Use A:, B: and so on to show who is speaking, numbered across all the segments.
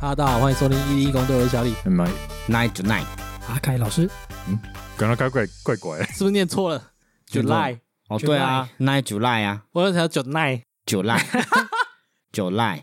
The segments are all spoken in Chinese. A: 哈，大家好，欢迎收听一零一公队，我是小李。
B: 那么
C: Night to Night，
A: 阿凯老师
B: 感到怪怪怪怪的，
A: 是不是念错了
C: 念错了
A: ？July，
C: 哦
A: July
C: 对啊，Night July 啊
A: 我刚才 July，
C: ，July ，July，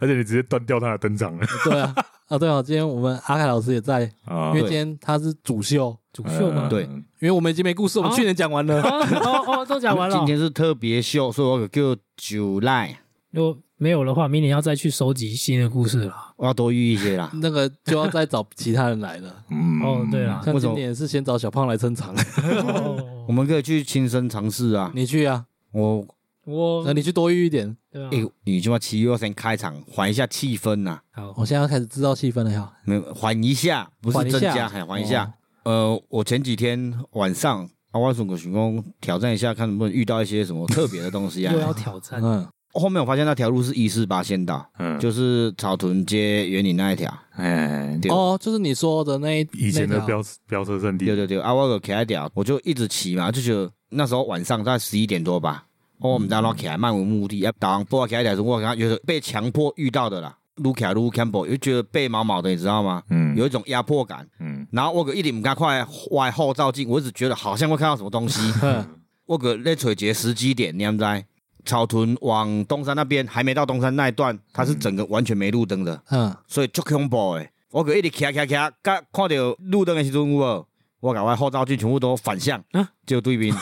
B: 而且你直接断掉他的登场了
A: 对 啊，啊对啊，今天我们阿凯老师也在，
B: 啊
A: 因为今天他是主秀，
D: 主秀吗？
C: 对，
A: 因为我们已经没故事，我们
D: 啊
A: 去年讲完了。。
D: 哦哦哦，都讲完了
C: 今。天是特别秀，所以我有叫 July，
D: 如果没有的话，明年要再去收集新的故事了。
C: 我要多预一些啦
A: 那个就要再找其他人来 了，
B: 嗯
D: 哦，对啦，
A: 像
C: 为什
A: 今
C: 么
A: 年是先找小胖来撑场，
D: 哦
C: 我们可以去亲身尝试 啊。
A: 你去啊，
C: 我
D: 我
A: 呃那你去多遇一点。
D: 对啊
C: 哎，你就要七月先开场，缓一下气氛呐，
D: 好
A: 我现在要开始制造气氛了呀，
C: 没有缓一下，不
A: 缓一
C: 是
A: 下哦
C: 增加，还缓一下。呃，我前几天晚上啊，我总个寻工挑战一下，看能不能遇到一些什么特别的东西啊
D: 又。要挑 战，
A: 嗯，
C: 后面我发现那条路是一四八县道，
B: 嗯，
C: 就是草屯街园林那一条。
B: 哎，
C: 对
A: 哦，就是你说的那一
B: 以前的
A: 那条
B: 飙飙车圣
C: 对
B: 地，
C: 对对，啊，我有起来屌，我就一直骑嘛，就觉得那时候晚上大概十一点多吧，哦，我们在那起来漫无目的，啊，导航播起来屌时候，我感觉就是被强迫遇到的啦，撸起来撸 Campbell，就觉得背毛毛的，你知道吗？
B: 嗯
C: 有一种压迫感。
B: 嗯，
C: 然后我个一点不敢快外后照镜，我一直觉得好像会看到什么 东西。
A: 嗯
C: 我个在找一个时机点，你知不知？草屯往东山那边还没到东山那一段，它是整个完全没路灯的。
A: 嗯，
C: 所以足恐怖诶。我个一直骑骑骑，甲看到路灯的时阵有无？我甲我的后照镜全部都反向，
D: 啊
C: 只有对 面，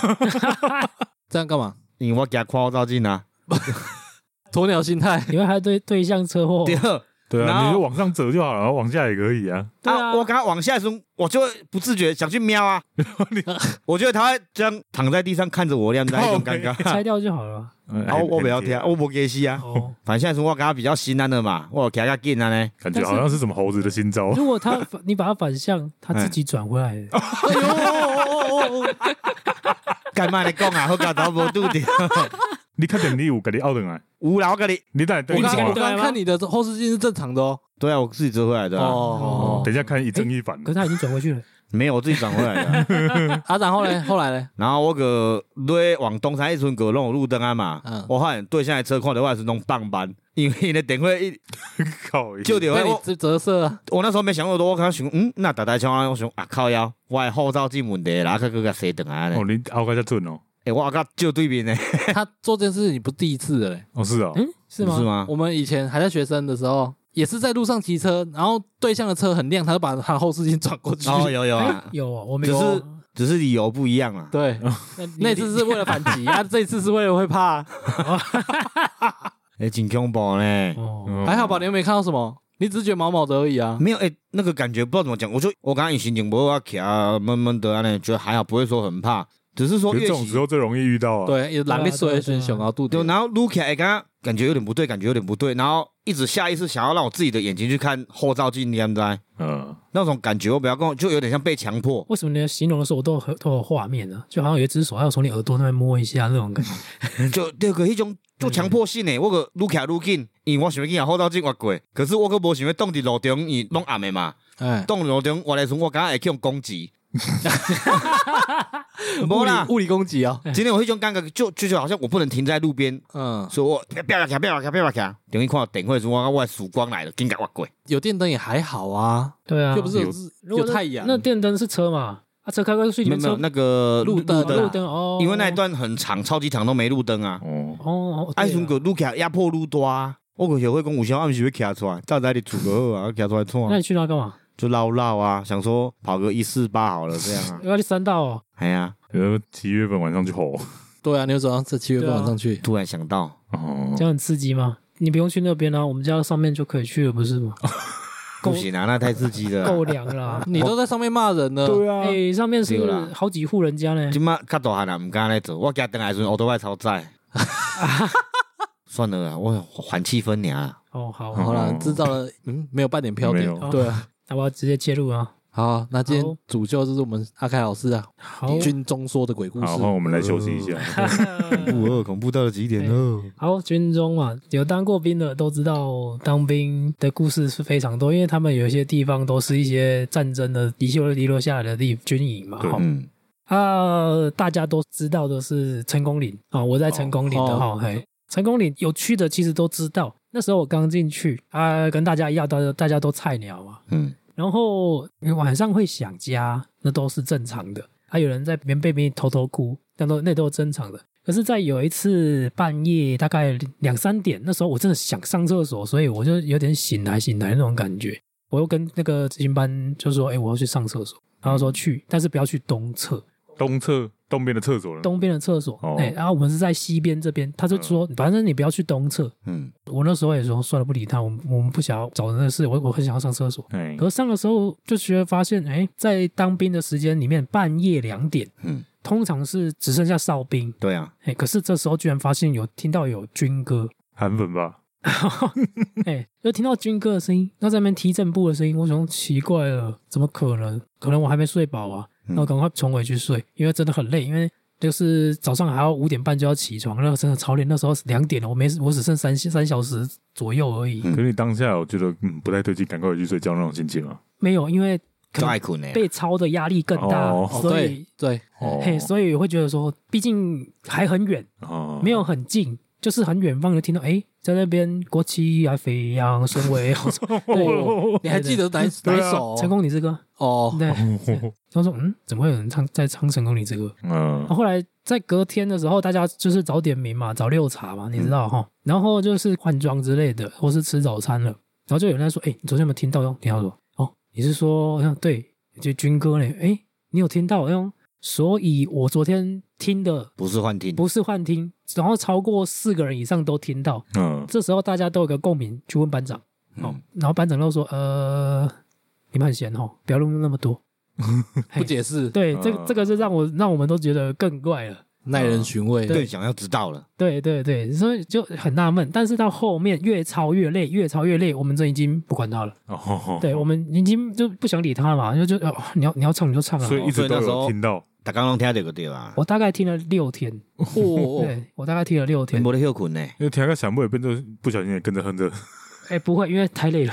A: 这样干嘛？
C: 因为我惊看后照镜啊。
A: 鸵鸟心态，
D: 你们还对对象车祸？
C: 第二，
B: 对
C: 然
B: 啊，
C: 后
B: 你就往上走就好了，然后往下也可以啊。
D: 哦对啊
C: 我刚往下的时候，我就会不自觉想去瞄 啊，我觉得他会这样躺在地上看着我，那样子那一种尴尬。
D: 拆掉就好了。
B: 然
C: 然后我不要听，我不给戏啊。
D: 哦，
C: 反正现在我跟他比较心安的嘛，我有骑较紧啊呢。
B: 感觉好像是什么猴子的新招，
D: 如果他你把他反向，他自己转回来，
C: 哎呦哦哦哦哦哦，干嘛你讲啊？我搞到无拄 着，
B: 你看点你五给你奥顿啊，
C: 有啦，我跟你。
B: 你等等
A: 我
B: 一
A: 刚
B: 下
A: 我
B: 啊，
D: 对啊
A: 刚看你的后视镜是正常的哦。
C: 对啊，我自己折回来的啊。
A: 哦，
B: 等一下看一正一反
D: 可，是他已经转回去了。
C: 没有，我自己转回来的啊。
A: 啊，然后 嘞，后来嘞，
C: 然后我个对往东山一村个弄路灯啊嘛，
A: 嗯
C: 我发现对向的车看到我也是弄棒班，因为那电话一
B: 靠，
C: 就
A: 被
C: 点
A: 你
C: 我
A: 折折射啊，
C: 我那时候没想那么多，我刚想嗯，那打台枪啊，我想啊靠腰，我的后照镜问题，然后去个谁等啊呢
B: 哦，？你奥开下准哦，
C: 诶，我靠，就对面呢，
A: 他做这件事情不第一次了嘞。
B: 哦是哦，
D: 嗯，是
C: 不
D: 吗？
C: 是吗？
A: 我们以前还在学生的时候，也是在路上骑车，然后对向的车很亮，他就把他的后视镜转过去。
C: 哦，有有
D: 哎
C: 啊，
D: 有哦，我没
C: 只是
D: 有。
C: 只是理由不一样啊啦。
A: 对，那
D: 那
A: 次是为了反 击啊，这一次是为了会怕。啊
C: 诶，真恐怖呢。
D: 哦，
B: 嗯
A: 还好吧，你又没看到什么，你只是觉得毛毛的而已啊。
C: 没有诶，那个感觉不知道怎么讲，我就我刚刚心情不好，骑啊闷闷的啊呢，觉得还好，不会说很怕，只是说
B: 可是
C: 越
B: 这种
C: 骑
B: 时候最容易遇到啊，，
A: 对，也狼狈睡选熊啊，肚子
C: 对，。然后撸起来，刚刚感觉有点不对，感觉有点不对，然后一直下意识想要让我自己的眼睛去看后照镜，你知不知道？
B: 嗯，
C: 那种感觉我比较跟我就有点像被强迫，
D: 为什么你的形容的时候我都有都有画面呢？就好像有一只手要从你耳朵那边摸一下那种感觉。
C: 就对个一种就强迫性欸诶，我个啊撸起来撸紧，因为我想要去后照镜越过，可是我个无想要动伫路中，伊拢暗的嘛，
A: 哎，
C: 动路中我来说我刚刚会去用攻 击，无
A: 物理
C: 啦，
A: 物理攻击啊。
C: 今天我一种感觉就就就好像我不能停在路边，
A: 嗯，
C: 所以我不要卡不要卡不要卡，等于看到等会说我我的曙光来了，紧赶越过。
A: 有电灯也还好啊，
D: 对啊，
A: 又不是有
B: 有
A: 日
D: 如果
A: 有
D: 那
A: 太阳。
D: 那电灯是车嘛？啊，车开过去，你
C: 没有
D: 们
C: 没
D: 车
C: 有那个
A: 路灯
D: 哦路
C: 啊
D: 灯哦，
C: 因为那一段很长，超级长都没路灯啊。
B: 哦，
D: 哦，哦
C: 爱
D: 对啊
C: 顺个路卡压迫路大啊，我可学会讲有时候暗时要徛出来，早在里煮个好啊，徛出来创啊，
D: 那你去那干嘛？
C: 就绕绕啊，想说跑个一四八好了这样
D: ，
C: 啊
D: 要去山道哦，
C: 哎呀，
B: 呃，七月份晚上就吼，
A: 对啊，你为什么要这七月份晚上去？
C: 突然想到，
B: 哦
D: 这，样很刺激吗？你不用去那边啊，我们家上面就可以去了，不是吗？够
C: 不行啊，那太刺激了啊，
D: 够凉 了啊。
A: 你都在上面骂人了。
B: 对啊，
D: 哎，上面
C: 对
D: 是
C: 啦
D: 好几户人家呢
C: 今，麦较大汉啊，唔敢来做，我惊等来的时阵我都外超 载，算了啦，我缓气氛啊呀，
D: 哦，好，
B: 嗯
A: 好了
B: 哦，
A: 制造了嗯，没有半点飘
B: 没
A: 点
B: 有。
D: 哦
A: 对啊，
D: 那我要直接切入啊。
A: 好，那今
D: 好
A: 天主教就是我们阿凯老师啊，
D: 好，
A: 军中说的鬼故事
B: 好，。换我们来休息一下。
D: 呃
C: 恐怖二恐怖到了极点哦，
D: 好，军中嘛，有当过兵的都知道，当兵的故事是非常多，因为他们有一些地方都是一些战争的遗留遗留下来的地军营嘛。
B: 对
D: 哈
C: 嗯，
D: 啊，大家都知道的是成功岭啊，我在成功岭的哈、
A: 哦
D: 嘿，成功岭有去的其实都知道，那时候我刚进去，啊，跟大家一样，大家大家都菜鸟嘛，
C: 嗯，
D: 然后晚上会想家，那都是正常的。啊还、有人在棉被边偷偷哭，那都那都是正常的。可是，在有一次半夜大概两三点，那时候我真的想上厕所，所以我就有点醒来醒来那种感觉。我又跟那个执行班就说：“哎、我要去上厕所。”然
A: 嗯
D: 后说去，但是不要去东侧，
B: 东侧东边的厕所了，
D: 东边的厕所。哎、
B: 哦
D: 然后我们是在西边这边，他就说：“反正你不要去东侧。
C: 嗯，”
D: 我那时候也说：“算了，不理他，我们我们不想要找人的事，我我很想要上厕所。”
B: 哎，
D: 可是上的时候就觉得发现，哎，在当兵的时间里面，半夜两点，
C: 嗯，
D: 通常是只剩下哨兵，
C: 对啊，
D: 哎，可是这时候居然发现有听到有军歌，
B: 韩粉吧，
D: 哎，就听到军歌的声音，那在那边踢正步的声音，我想说奇怪了，怎么可能？可能我还没睡饱啊，
C: 嗯
D: 然后赶快冲回去睡，因为真的很累，因为。就是早上还要五点半就要起床，那个真的超累。那时候两点了，我没我只剩三三小时左右而已，
C: 嗯
B: 可是你当下我觉得嗯不太对劲，赶快回去睡觉那种心情啊，
D: 没有，因为
C: 就
D: 可能
C: 爱困呢。
D: 被抄的压力更大，
B: 哦
A: 哦，
D: 所
A: 对
D: 以
A: 对，
B: 哦
D: 嘿，所以我会觉得说，毕竟还很远，
B: 哦
D: 没有很近，就是很远方就听到，哎，在那边国旗啊飞扬，孙伟，我说 对，
A: 你还记得哪一哪
B: 对
A: 一
B: 啊
A: 首？
D: 成功你这歌？
A: 哦，
D: 对，他说，嗯，怎么会有人唱在唱成功你这歌？然后
B: 嗯，
D: 后来在隔天的时候，大家就是早点名嘛，早六茶嘛，你知道哈。然后就是换装之类的，或是吃早餐了。然后就有人在说：“哎、你昨天有没有听到哟？”听到说：“哦，你是说嗯对，就军歌嘞？哎，你有听到哟？所以我昨天听的
C: 不是幻听，
D: 不是幻听，然后超过四个人以上都听到。
B: 嗯，
D: 这时候大家都有个共鸣，去问班长。哦，
C: 嗯
D: 然后班长就说：‘呃，你们很闲哦，不要弄那么多。嘿
A: 不解释，
D: 哎对，这个
B: 嗯
D: 这个是让我让我们都觉得更怪了。
A: 耐人寻味。
C: 更想要知道了。
D: 对对对，所以就很纳闷。但是到后面越抄越累，越抄越累，我们这已经不管他了。
B: 哦，
D: 对，我们已经就不想理他嘛，就就、哦、你要你要唱你 就唱啊。
B: 所以一
C: 哦所
B: 直
C: 以那
B: 都
C: 时候
B: 有听到，
C: 大刚刚听到个对啊吧？
D: 我大概听了六天，
A: 哦，哦
D: 对我大概听了六天
C: 全。部在休困呢。
B: 因为听个响尾变成不小心也跟着哼着， 哦
D: 哎、不会，因为太累了。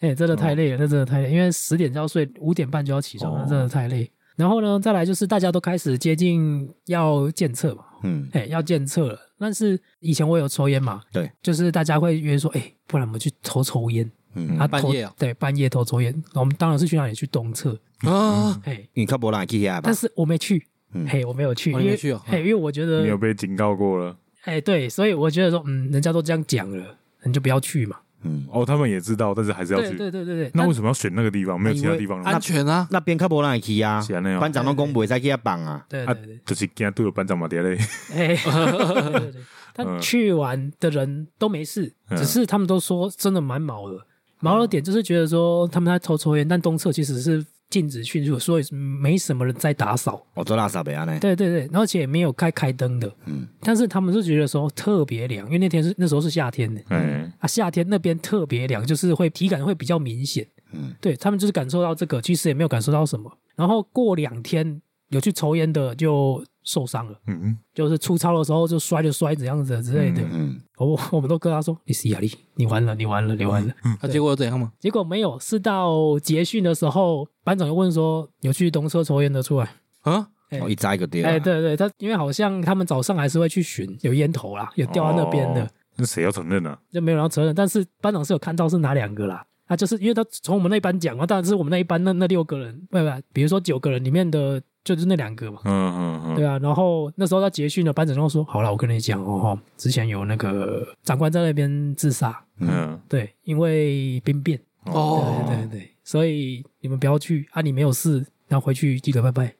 D: 哎、真的太累了，那真的太累，因为十点就要睡，五点半就要起床，那真
B: 哦
D: 的太累。然后呢，再来就是大家都开始接近要检测嘛，
C: 嗯，
D: 哎、要检测了。但是以前我有抽烟嘛，
C: 对，
D: 就是大家会约说，哎、不然我们去抽抽烟。
C: 嗯
D: 啊，
A: 半
D: 偷
A: 夜哦
D: 对，半夜偷抽烟。我们当然是去哪里？去东侧，
A: 哦啊，
B: 嗯
D: 嘿，
C: 因为较无人会去遐吧
D: 但。是我没去，
C: 啊嗯
D: 嘿，我没有去，
A: 哦
D: 因
A: 你没
D: 为
A: 去哦
D: 嘿，因为我觉
B: 你有
D: 得，
B: 被警告过了。
D: 哎，对，所以我觉得说，嗯，人家都这样讲了，你就不要去嘛。
C: 嗯，
B: 哦，他们也知道，但是还是要
D: 对
B: 去。
D: 对啊对对对，
B: 那
D: 但
B: 为什么要选那个地方？没有其他地方了
A: 安全啊，
C: 那边较无人会去啊
B: 是安尼哦。
C: 班长拢讲袂使去遐放啊。
D: 对
B: 啊
D: 对对，，
B: 就是惊对了班长嘛，底下 嘞。
D: 哎，对对对，但
B: 嗯
D: 去玩的人都没事，
B: 嗯
D: 只是他们都说真的蛮毛的，毛的点就是觉得说他们在偷抽烟，但东侧其实是禁止去入，所以没什么人在打扫。
C: 我做垃圾袂安尼。
D: 对对对，然后而且也没有开开灯的，
C: 嗯
D: 但是他们是觉得说特别凉，因为那天是那时候是夏天的
B: 哎，
D: 啊，夏天那边特别凉，就是会体感会比较明显。
C: 嗯，
D: 对他们就是感受到这个，其实也没有感受到什么。然后过两天有去抽烟的就受伤了，
B: 嗯，
D: 就是粗糙的时候就摔就摔怎样子之类的。
C: 嗯，
D: 我我们都跟他说：“你是亚力，你完了，你完了，你完
C: 嗯
D: 了。
B: 嗯
A: 啊，结果又怎样吗？
D: 结果没有，是到结训的时候，班长又问说：“有去东车抽烟的出来
A: 啊，？”
D: 哎
C: 哦，一扎一个对啊。
D: 哎，对对，他因为好像他们早上还是会去巡，有烟头啦，有掉在那边的。
B: 哦那谁要承认呢？
D: 就没有人要承认。但是班长是有看到是哪两个啦，他就是因为他从我们那一班讲嘛，当然是我们那一班那那六个人，不不，比如说九个人里面的就是那两个嘛，
B: 嗯嗯
D: 对
B: 嗯，
D: 啊。然后那时候他结训了，班长就说：“好了，我跟你讲哦，吼之前有那个长官在那边自杀，
B: 嗯，
D: 对，因为兵变，对
A: 哦
D: 对对，所以你们不要去啊，你没有事，然后回去记得拜拜。”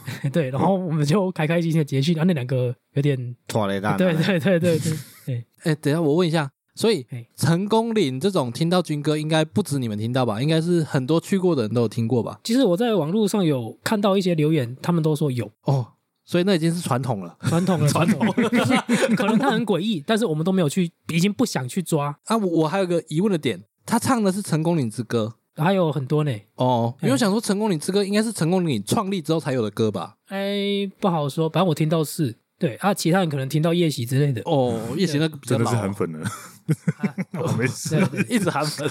D: 对，然后我们就开开心心的结训，啊，那两个有点，
C: 拖啊雷蛋。
D: 对对对对对，
A: 哎，等一下我问一下，所以
D: 嘿
A: 成功岭这种听到军歌，应该不止你们听到吧？应该是很多去过的人都有听过吧？
D: 其实我在网络上有看到一些留言，他们都说有，
A: 哦，所以那已经是传统了
D: 传统了，传统了， 可能他很诡异，但是我们都没有去，已经不想去抓，
A: 啊。我我还有个疑问的点，他唱的是成功岭之歌
D: 还有很多呢。
A: 哦，因为
D: 嗯
A: 我想说成功岭之歌应该是成功岭创立之后才有的歌吧？
D: 哎，不好说，反正我听到是对啊，其他人可能听到夜袭之类的。啊
A: 哦，夜行那个比较
B: 真的
A: 老
B: 是韩粉了。 我没事，
D: 对对，
A: 一直韩粉。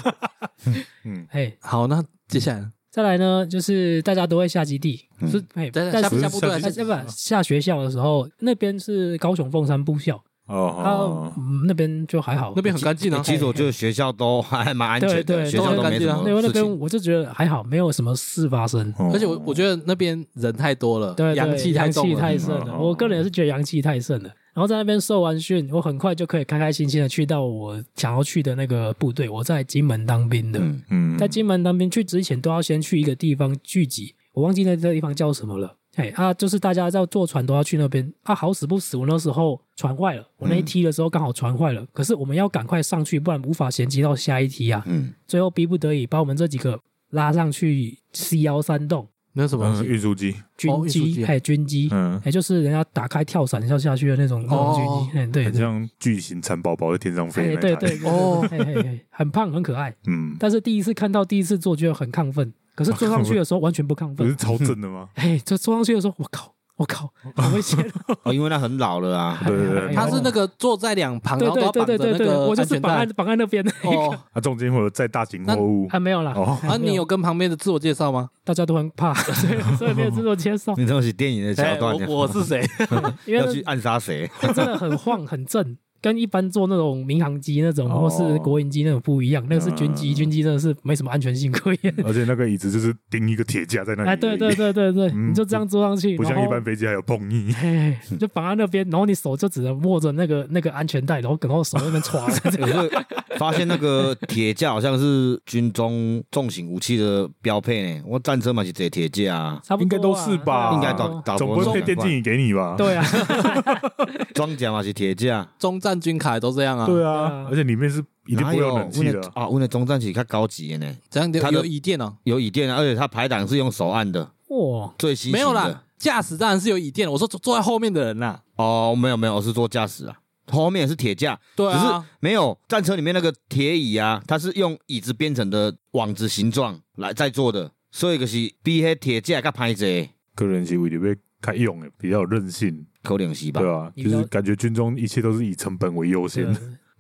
B: 嗯，
D: 哎，
A: 好，那接下来
D: 再来呢，就是大家都会下基地，
C: 嗯
D: 是哎，
A: 等等
D: 但
A: 下
D: 是
A: 下部队
B: 下
A: 还
D: 哎
A: 是
D: 不下学校的时候，那边是高雄凤山部校，
B: 哦
D: 啊，，嗯那边就还好，
A: 那边很干净啊
C: 欸其实我觉得学校都还蛮安全
D: 对
C: 的，
D: 对
C: 学校
A: 都很
C: 没
A: 干净
C: 什
A: 啊
D: 那边
C: 么
D: 那
C: 事
D: 边
C: 情。
D: 我就觉得还好，没有什么事发生。
B: 哦
A: 而且我我觉得那边人太多了，
D: 对，对
A: 阳气太
D: 阳
A: 重
D: 气
A: 了
D: 太。盛
B: 嗯
D: 了。
B: 哦
D: 我个人也是觉得阳气太盛了。然后在那边受完训，我很快就可以开开心心的去到我想要去的那个部队。我在金门当兵的，
C: 嗯，
B: 嗯，
D: 在金门当兵去之前都要先去一个地方聚集，我忘记那个地方叫什么了。哎啊，就是大家要坐船都要去那边啊，好死不死，我那时候船坏
B: 嗯
D: 了，我那一梯的时候刚好船坏了，可是我们要赶快上去，不然无法衔接到下一梯啊。
C: 嗯，
D: 最后逼不得已把我们这几个拉上去 C 幺三洞
A: 那什么
B: 嗯
A: 东西？
B: 运输机，
A: 哦
D: 军
A: 运输
D: 机，
A: 机
D: 哎、军机，
B: 嗯，
D: 哎，就是人家打开跳伞要下去的那种那种军
A: 哦
D: 机，哎，对
B: 很
D: 对，
B: 像巨型蚕宝宝在天上飞的
D: 哎，
B: 那
D: 对
B: 一
D: 对
B: 台，，
A: 哦
D: 对，对对嘿嘿嘿很胖很可爱，
B: 嗯，
D: 但是第一次看到，第一次坐觉得很亢奋，可是坐上去的时候完全不亢
B: 不是
D: 奋，
B: 超正的 吗？
D: 哎，就坐上去的时候，我靠，我靠，好 危险！
C: 哦，因为那很老了啊，
B: 对对对
D: 哎
A: 他是那个坐在两旁，然
D: 对
A: 后都要
D: 对对
A: 绑着那
D: 对对对，
A: 个
D: 我就
A: 安
D: 是
A: 全
D: 绑
A: 带
D: 在。绑在那边的，
A: 哦，
B: 它中间会有载大型货物
D: 还没有啦，
B: 哦，
A: 啊，你有跟旁边的自我介绍吗？
D: 大家都很怕，所以所以没有制作介绍，
C: 你这种是电影的桥
A: 哎
C: 段
A: 我，我是谁？
D: 因为
C: 要
D: 那
C: 去暗杀 谁？
D: 那真的很晃很震，跟一般坐那种民航机那种
B: 哦
D: 或是国营机那种不一样，那个是军机，
B: 嗯
D: 军机真的是没什么安全性可言。
B: 而且那个椅子就是钉一个铁架在 那里，
D: 哎，对对，对对对，
B: 嗯
D: 你就这样坐上去，
B: 不像
D: 然
B: 一
D: 后
B: 般飞机还有碰翼，
D: 嘿，你就绑在那边，然后你手就只能握着那个那个安全带，然后然后手在那边抓，
C: 有时候发现那个铁架好像是军中重型武器的标配呢，我战车嘛是这铁架啊，
D: 差不多啊
B: 应该都是吧
C: 应该
D: 差不
C: 导
D: 多
C: 导
B: 总不
C: 播
B: 会配电竞椅给你吧？
D: 对啊，
C: 装甲嘛是铁架，
A: 中战军卡也都这样啊。
B: 对
D: 对
B: 啊
D: 啊，
B: 而且里面是一定不
C: 哪
B: 会
C: 有
B: 有冷气的
C: 我们啊！我的中战旗较高级的呢，
A: 怎样
C: 他
A: 有
C: 的
A: 有椅垫哦？
C: 有椅垫啊，而且它排挡是用手按的，
D: 哇，
C: 最新型的
A: 没有啦，驾驶当然是有椅垫。我说坐坐在后面的人啦。
C: 哦，没有没有，我是坐驾驶啊，后面也是铁架，
A: 对
C: 只是
A: 啊，
C: 没有战车里面那个铁椅啊，它是用椅子编成的网子形状来再做的，所以就是比迄铁架较歹者，
B: 可能是为了被开用的，比较有韧性，
C: 可能是吧
B: 对？啊吧？
D: 你
B: 就
D: 知道
B: 是感觉军中一切都是以成本为优先，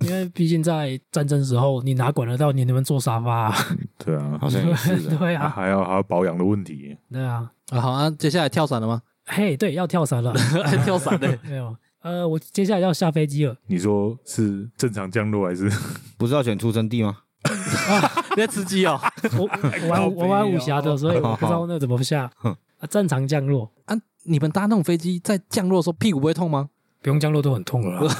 D: 因为毕竟在战争时候，你哪管得到你能不能坐沙发啊？
B: 对啊，
C: 好像也是啊。
D: 对
B: 啊
D: 啊，
B: 还有还有保养的问题，
D: 对啊，
A: 啊好啊，接下来跳伞了吗？
D: 嘿，对，要跳 伞了，
A: 跳伞的，
D: 没有，呃，我接下来要下飞机了，
B: 你说是正常降落还是？
C: 不是要选出生地吗？
A: 你在吃鸡哦？
D: 我我玩我玩武侠的，所以我不知道那怎么下。啊，正常降落，
A: 啊，你们搭那种飞机在降落的时候屁股不会痛吗？
D: 不用降落都很痛了啦，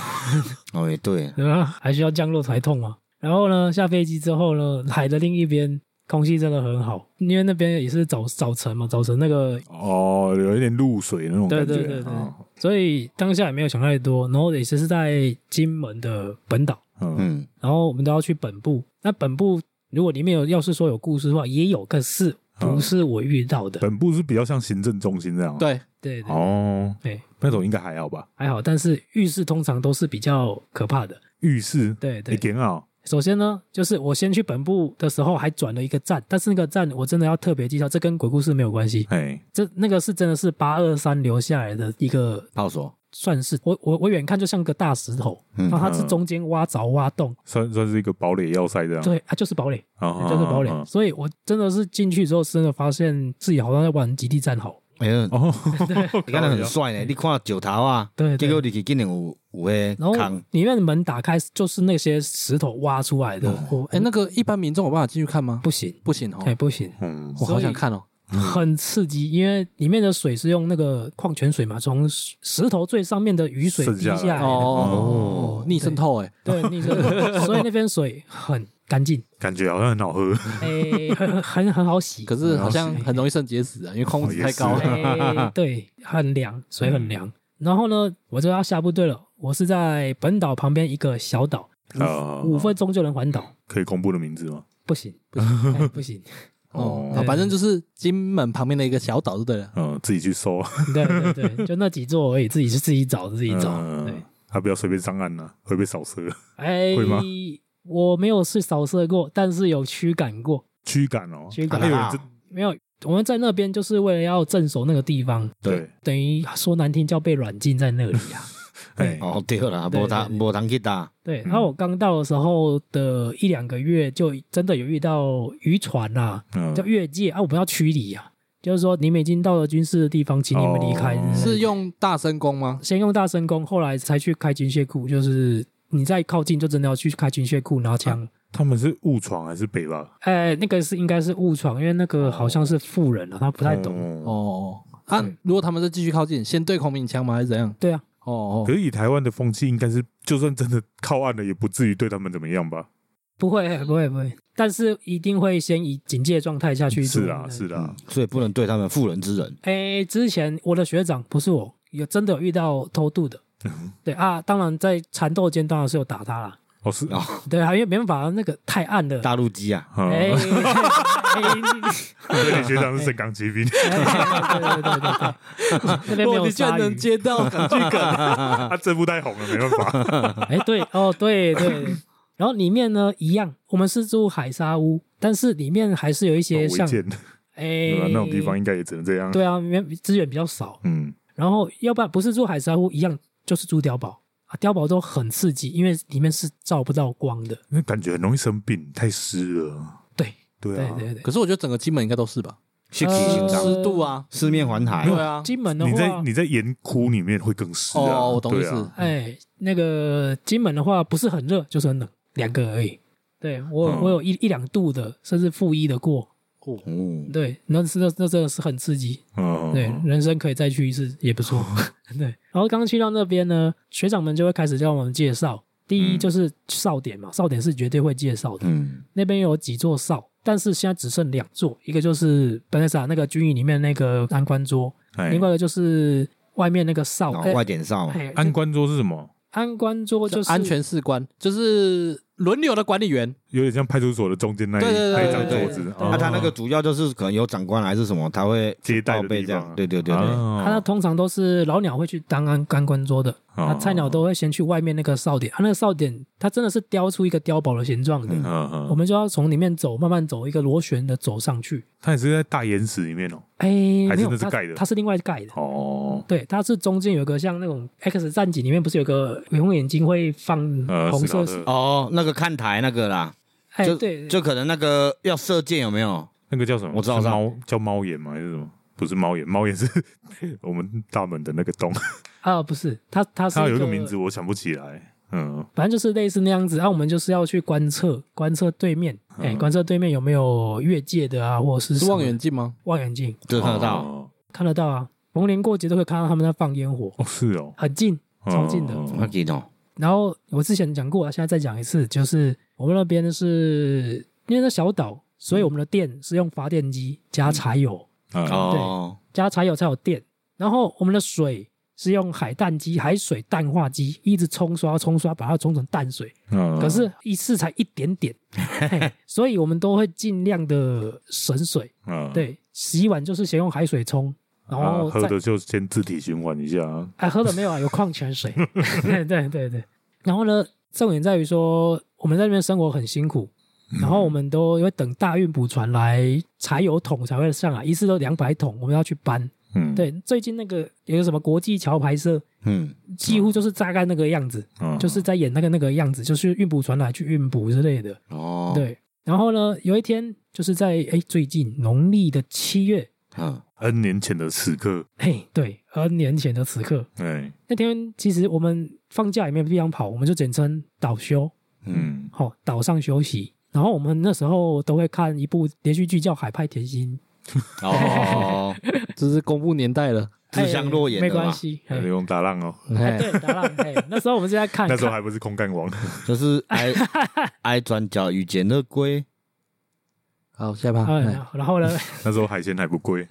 C: 哦，也对，
D: 对吧？还需要降落才痛吗？然后呢，下飞机之后呢，海的另一边空气真的很好，因为那边也是早早晨嘛，早晨那个，
B: 哦，有一点露水那种
D: 对
B: 感
D: 对对
B: 觉，
D: 对
B: 哦
D: 所以当下也没有想太多。然后也是在金门的本岛，
B: 嗯，
C: 嗯，
D: 然后我们都要去本部。那本部如果里面有要是说有故事的话，也有，可是
B: 嗯
D: 不是我遇到的，
B: 本部是比较像行政中心这样啊，
A: 对，
D: 对对
B: 哦，
D: 对，
B: 那种应该还好吧？
D: 还好。但是浴室通常都是比较可怕的，
B: 浴室
D: 对对
B: 你。点好，
D: 首先呢，就是我先去本部的时候还转了一个站，但是那个站我真的要特别介绍，这跟鬼故事没有关系，
B: 哎，
D: 这那个是真的是八二三留下来的一个，
C: 炮手，
D: 算是我我我远看就像个大石头，
C: 嗯
D: 然后它是中间挖凿挖洞，
B: 算算是一个堡垒要塞这样，
D: 对，它啊就是堡垒，
B: 嗯哦，
D: 就是堡垒，
B: 哦
D: 所以我真的是进去之后，真的发现自己好像在玩极地战壕，
C: 哎呀，
B: 哦，
C: 你看得很帅呢，你看九头啊，
D: 对对
C: 结果你去竟然有有诶
D: 然后
C: 坑，
D: 里面的门打开就是那些石头挖出来的，我
A: 哎，那个一般民众有办法进去看吗？
D: 不行，
A: 不行哦
D: 哎、，不行，
B: 嗯，
A: 我好
D: 所以
A: 想看哦。
D: 很刺激，因为里面的水是用那个矿泉水嘛，从石石头最上面的雨水
B: 渗
D: 滴
B: 下来
D: 下来的，
A: 哦，逆渗透哎，
D: 对，你知 道所以那边水很干净，
B: 感觉好像很好喝，
D: 诶、很很很好洗，
A: 可是好像很容易肾结石啊，因为空气太高
B: 哦也
A: 了。
D: 诶哎对，很凉，水很凉。然后呢，我就要下部队了，我是在本岛旁边一个小岛，
A: 哦
B: 啊，
D: 五分钟就能环岛，
B: 可以公布的名字吗？
D: 不行，不行，哎不行，
A: 哦，
D: 对
A: 好反正就是金门旁边的一个小岛就对了。
B: 嗯，自己去搜，
D: 对 对对，就那几座而已，自己是自己找自己找，对。
B: 嗯，还不要随便上岸呐，会被扫射，
D: 哎，
B: 会吗
D: 我没有是扫射过，但是有驱赶过，
B: 驱赶哦，
D: 驱赶
B: 还有人
C: 啊
B: 真
D: 没有。我们在那边就是为了要镇守那个地方，
B: 对，
D: 等于说难听叫被软禁在那里啊。
B: 哎，
C: 哦对啦，
D: 对
C: 无
D: 对
C: 通无通去打，
D: 对，然后我刚到的时候的一两个月，就真的有遇到渔船啊，
B: 嗯
D: 叫越界啊，我们要驱离啊，就是说你们已经到了军事的地方，请你们离开。
B: 哦
A: 是用大声公吗？
D: 先用大声公，后来才去开军械库，就是你再靠近就真的要去开军械库拿枪。
B: 他们是误闯还是北吧？
D: 哎、那个是应该是误闯，因为那个好像是富人啊，他不
B: 不
D: 太懂。
B: 哦。
A: 哦，啊
D: 对，
A: 如果他们再继续靠近，先对孔明枪吗？还是怎样？
D: 对啊，
A: 哦
B: 可
A: 哦，
B: 是以台湾的风气，应该是就算真的靠岸了，也不至于对他们怎么样吧？
D: 不会，不会，不会，但是一定会先以警戒状态下去做。
B: 是啊，是
C: 嗯
B: 啊，，
C: 所以不能对他们妇人之仁。
D: 哎，之前我的学长不是我，有真的有遇到偷渡的。对啊，当然在缠斗间当然是有打他啦。
B: 哦是
C: 哦
B: 啊，
D: 对啊，因为没办法，那个太暗了。
C: 大陆鸡啊，
A: 哦
D: 哎，哎
B: 嗯对，学长是神港骑兵，
D: 哎对对对对对，那边没
A: 哇
D: 有
A: 你居
D: 鲨
A: 然能
D: 鱼。
A: 接到，感觉
D: 啊
B: 他这部太红了，没办法。
D: 哎，对哦，对对。然后里面呢一样，我们是住海沙屋，但是里面还是有一些
B: 违
D: 像
B: 建，
D: 哎
B: 对吧那种地方应该也只能这样。
D: 对啊，没资源比较少。
B: 嗯，
D: 然后要不然不是住海沙屋，一样就是住碉堡啊，碉堡都很刺激，因为里面是照不到光的。
B: 那感觉很容易生病，太湿了。
D: 对
B: 对
D: 对
B: 啊，
D: 对对。
A: 可是我觉得整个金门应该都是吧，
C: 血气行
D: 呃
C: 长，
A: 湿度啊，
C: 四面环海。
A: 对啊，
D: 金门的
B: 你在
D: 话，
B: 你在盐窟里面会更湿啊。
A: 哦我懂
B: 对
A: 意思
B: 啊
D: 哎，那个金门的话，不是很热就是很冷，两个而已。对我，
B: 嗯
D: 我有一一两度的，甚至负一的过。
C: 哦，
D: 对，那是那那真的是很刺激。
B: 嗯，
D: 对，人生可以再去一次也不错。对，然后刚去到那边呢，学长们就会开始叫我们介绍。第一
B: 嗯
D: 就是哨点嘛，哨点是绝对会介绍的。
C: 嗯，
D: 那边有几座哨，但是现在只剩两座，一个就是本来萨那个军营里面那个安官桌，
B: 哎
D: 另外一个就是外面那个哨。
C: 脑
D: 哎
C: 哦外点哨嘛，
D: 哎
B: 安官桌是什么？
D: 安官桌就是
A: 安全士官就是轮流的管理员，
B: 有点像派出所的中间那一
A: 对对对
B: 那一张
A: 对对啊
B: 桌子
D: 对。
B: 哦
C: 那他那个主要就是可能有长官还是什么，他会
B: 接待
C: 报
B: 的
C: 备
B: 地
C: 这
B: 方
C: 样
B: 啊，。
C: 对对对对，
B: 啊
D: 他那通常都是老鸟会去当安干官桌的，
B: 哦
D: 那菜鸟都会先去外面那个哨点，他啊那个哨点，他真的是雕出一个碉堡的形状的。
C: 嗯
B: 嗯嗯，
D: 我们就要从里面走，慢慢走一个螺旋的走上去。
B: 他也是在大岩石里面哦。
D: 哎，
B: 还
D: 没
B: 真
D: 有，
B: 的是
D: 它
B: 盖的
D: 它是另外盖的。
B: 哦，
D: 对，它是中间有个像那种 X 战警里面不是有个永眼睛会放
C: 啊
B: 呃，
D: 红色
B: 是
D: 是？
B: 的
C: 哦，那个看台那个啦，
D: 哎，
C: 就
D: 对，
C: 就可能那个要射箭有没有？
B: 那个叫什么？
C: 我知道我知
B: 是
C: 道
B: 猫叫猫眼吗？还是什么？不是猫眼， 猫眼是我们大门的那个洞，
D: 啊，不是，它它是
B: 它有一个名字，，我想不起来。嗯，
D: 反正就是类似那样子。啊，我们就是要去观测观测对面，哎，
B: 嗯
D: 观测对面有没有越界的啊，或者是
A: 是
D: 什么
A: 望远镜吗？
D: 望远镜。
C: 这看得到，
B: 哦
D: 看得到啊，逢年过节都会看到他们在放烟火，
B: 哦，是哦，
D: 很近，超近的。
B: 嗯
C: 我记得哦，
D: 然后我之前讲过啊，现在再讲一次，就是我们那边是因为那小岛，所以我们的电是用发电机加柴油，嗯
B: 哦，
C: 哦，
D: 加柴油才有电。然后我们的水是用海淡机、海水淡化机一直冲刷、冲刷，把它冲成淡水。
B: 嗯
D: 可是，一次才一点 点，嘿所以我们都会尽量的省水。
B: 嗯，
D: 对，洗碗就是先用海水冲，然后
B: 啊喝
D: 再
B: 的就先自体循环一下。
D: 哎，喝了没有啊？有矿泉水。 对对对对。然后呢，重点在于说，我们在那边生活很辛苦，然后我们都因为等大运补船来，柴油桶才会上来，一次都两百桶，我们要去搬。
B: 嗯，，
D: 对，最近那个有个什么国际桥牌社，
C: 嗯，
D: 几乎就是大概那个样子，
B: 嗯
D: 就是在演那个那个样子，就是运补船来去运补之类的。
C: 哦，，
D: 对。然后呢，有一天就是在哎最近农历的七月，
C: 嗯，
B: N 年前的此刻，
D: 嘿，对，N 年前的此刻，
B: 哎，
D: 那天其实我们放假也没有地方跑，我们就简称岛休，
C: 嗯，
B: 嗯，
D: 好、岛上休息。然后我们那时候都会看一部连续剧叫《海派甜心
C: 哦，
A: 这是公布年代了，》，
C: 自相若言
D: 哎
C: 的
D: 没关
C: 嘛，
D: 系。哎
B: 还得用打浪哦。
A: 哎
D: 对，当然，嗯哎，那时候我们就在看，
B: 那时候还不是空干王，
C: 就是 挨挨转角遇见了龟，
A: 好，下一趴，
D: 看
A: 哎
D: 哎然后呢，
B: 那时候海鲜还不贵。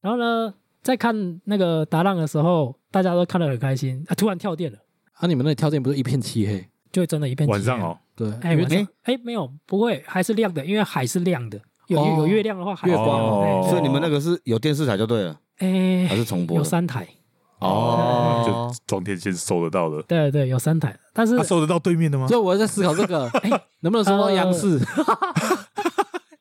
D: 然后呢，在看那个达浪的时候，大家都看得很开心啊，突然跳电了，
A: 啊，你们那里跳电不是一片漆黑？
D: 就真的一片
B: 晚上
D: 漆黑。
B: 哦，
A: 对，
D: 哎，
A: 因
D: 晚
A: 为
D: 上哎没有，不会，还是亮的，因为海是亮的，有
A: 哦
D: 有月亮的话，海
A: 月光
B: 哦
C: 所以你们那个是有电视台就对了，
D: 哎
C: 还是重播
D: 有
C: 的？
D: 三台，
B: 就
C: 哦，
B: 装天线收得到的，
D: 对对，有三台，但是
B: 他收得到对面的吗？
A: 所以我在思考这个，哎，能不能收到央视？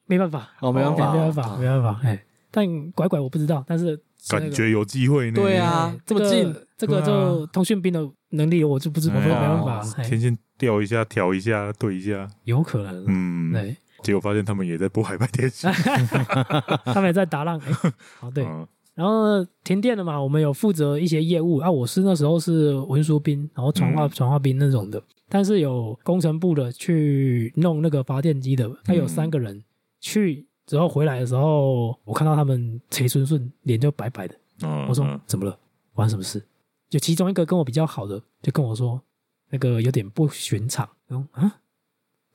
D: 没办法，
A: 哦，没办
D: 对
A: 法，
D: 没办法，没办法，哎，但拐拐我不知道，但是是那个
B: 感觉有机会呢。
A: 对啊
D: 哎
A: 这么
D: 个
A: 近，啊嗯
D: 这个
B: 对
D: 就通讯兵的能力我就不知道，
B: 哎
D: 没
B: 呀
D: 办法，哎
B: 天线调一下，调一下，对一下，
D: 有可能，
B: 嗯，
D: 对。
B: 结果发现他们也在播海派天使。
D: 他们也在打 浪。哎哦， 对，
B: 嗯
D: 然后停电了嘛，我们有负责一些业务啊，我是那时候是文书兵，然后传话、
B: 嗯
D: 传话兵那种的，但是有工程部的去弄那个发电机的，他有
B: 嗯
D: 三个人、去之后回来的时候，我看到他们陈顺顺脸就白白的，
B: 嗯，
D: 我说、
B: 嗯
D: 怎么了？发生什么事？就其中一个跟我比较好的就跟我说，那个有点不寻常，然后啊，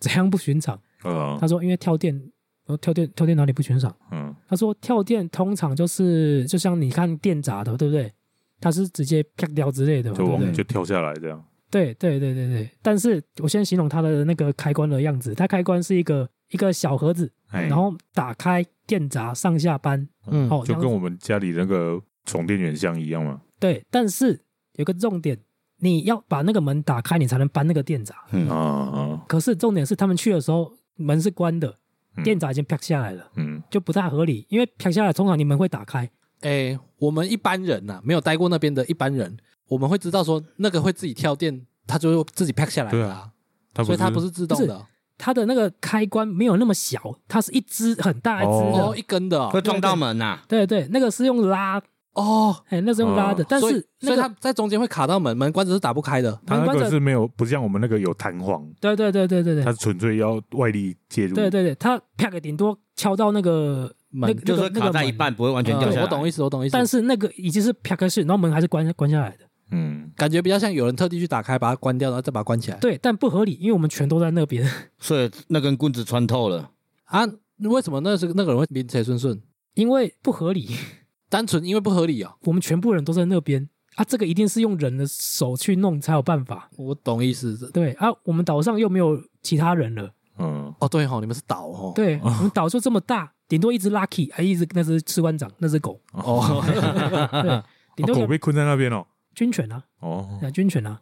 D: 怎样不寻常？他
B: 嗯
D: 说因为跳电，然后跳电跳电哪里不寻常？
B: 嗯
D: 他说跳电通常就是就像你看电闸的，对不对？它是直接啪掉之类的嘛，
B: 就
D: 对不
B: 往
D: 对？
B: 就跳下来这样。
D: 对对对对对。但是我先形容它的那个开关的样子，它开关是一个一个小盒子，
B: 哎
D: 然后打开电闸上下班，
A: 嗯
D: 哦，
B: 就
D: 这样
B: 跟
D: 子
B: 我们家里那个床垫远像一样嘛。
D: 对。但是有个重点，你要把那个门打开，你才能搬那个电闸。
C: 嗯
B: 啊啊，
D: 可是重点是他们去的时候门是关的，
B: 嗯
D: 电闸已经啪下来了，
B: 嗯
D: 就不太合理，因为啪下来通常你门会打开，
A: 哎，我们一般人啊呐、没有待过那边的一般人，我们会知道说那个会自己跳电，它就会自己 pack 下来
B: 对
A: 的、
B: 啊他
A: 所以它不是自动的哦，
D: 它的那个开关没有那么小，它是一只很大一只的，
A: 哦，一根的
C: 会
A: 哦，
C: 撞到门啊呐、
D: 对对，那个是用拉，
A: 哦
D: 哎，那是用拉的，
B: 哦
D: 但
A: 所以
D: 是
A: 所
D: 那
A: 以它
D: 个
A: 在中间会卡到门，门关子是打不开的。
B: 它
D: 门
B: 那
D: 关
B: 个
D: 着，
B: 是没有，不像我们那个有弹簧，
D: 对对对对对
B: 它
D: 对
B: 是纯粹要外力介入。
D: 对对对，它啪个顶多敲到那个
A: 门
D: 那个
C: 就是
D: 那个
C: 卡在一，
D: 那个门嗯
C: 半，不会完全掉
A: 呃
C: 下来。
A: 我懂意思，我懂意思。
D: 但是那个已经是啪个是，然后门还是关关下来的，
B: 嗯，
A: 感觉比较像有人特地去打开，把它关掉，然后再把它关起来。
D: 对，但不合理，因为我们全都在那边，
C: 所以那根棍子穿透了，
A: 啊，为什么那是那个人会名垂顺顺？
D: 因为不合理，
A: 单纯因为不合理哦。
D: 我们全部人都在那边啊，这个一定是用人的手去弄才有办法，
A: 我懂意思。
D: 对啊，我们岛上又没有其他人了，
B: 嗯，
A: 哦，对吼、你们是岛哦。
D: 对，我们岛就这么大，顶多一只 Lucky，还一只那只士官长，那只狗，
A: 哦，
D: 对，顶
B: 哦
D: 多
B: 狗
D: 有
B: 被困在那边哦。
D: 军犬啊。
B: 哦，
D: 对啊，军犬啊，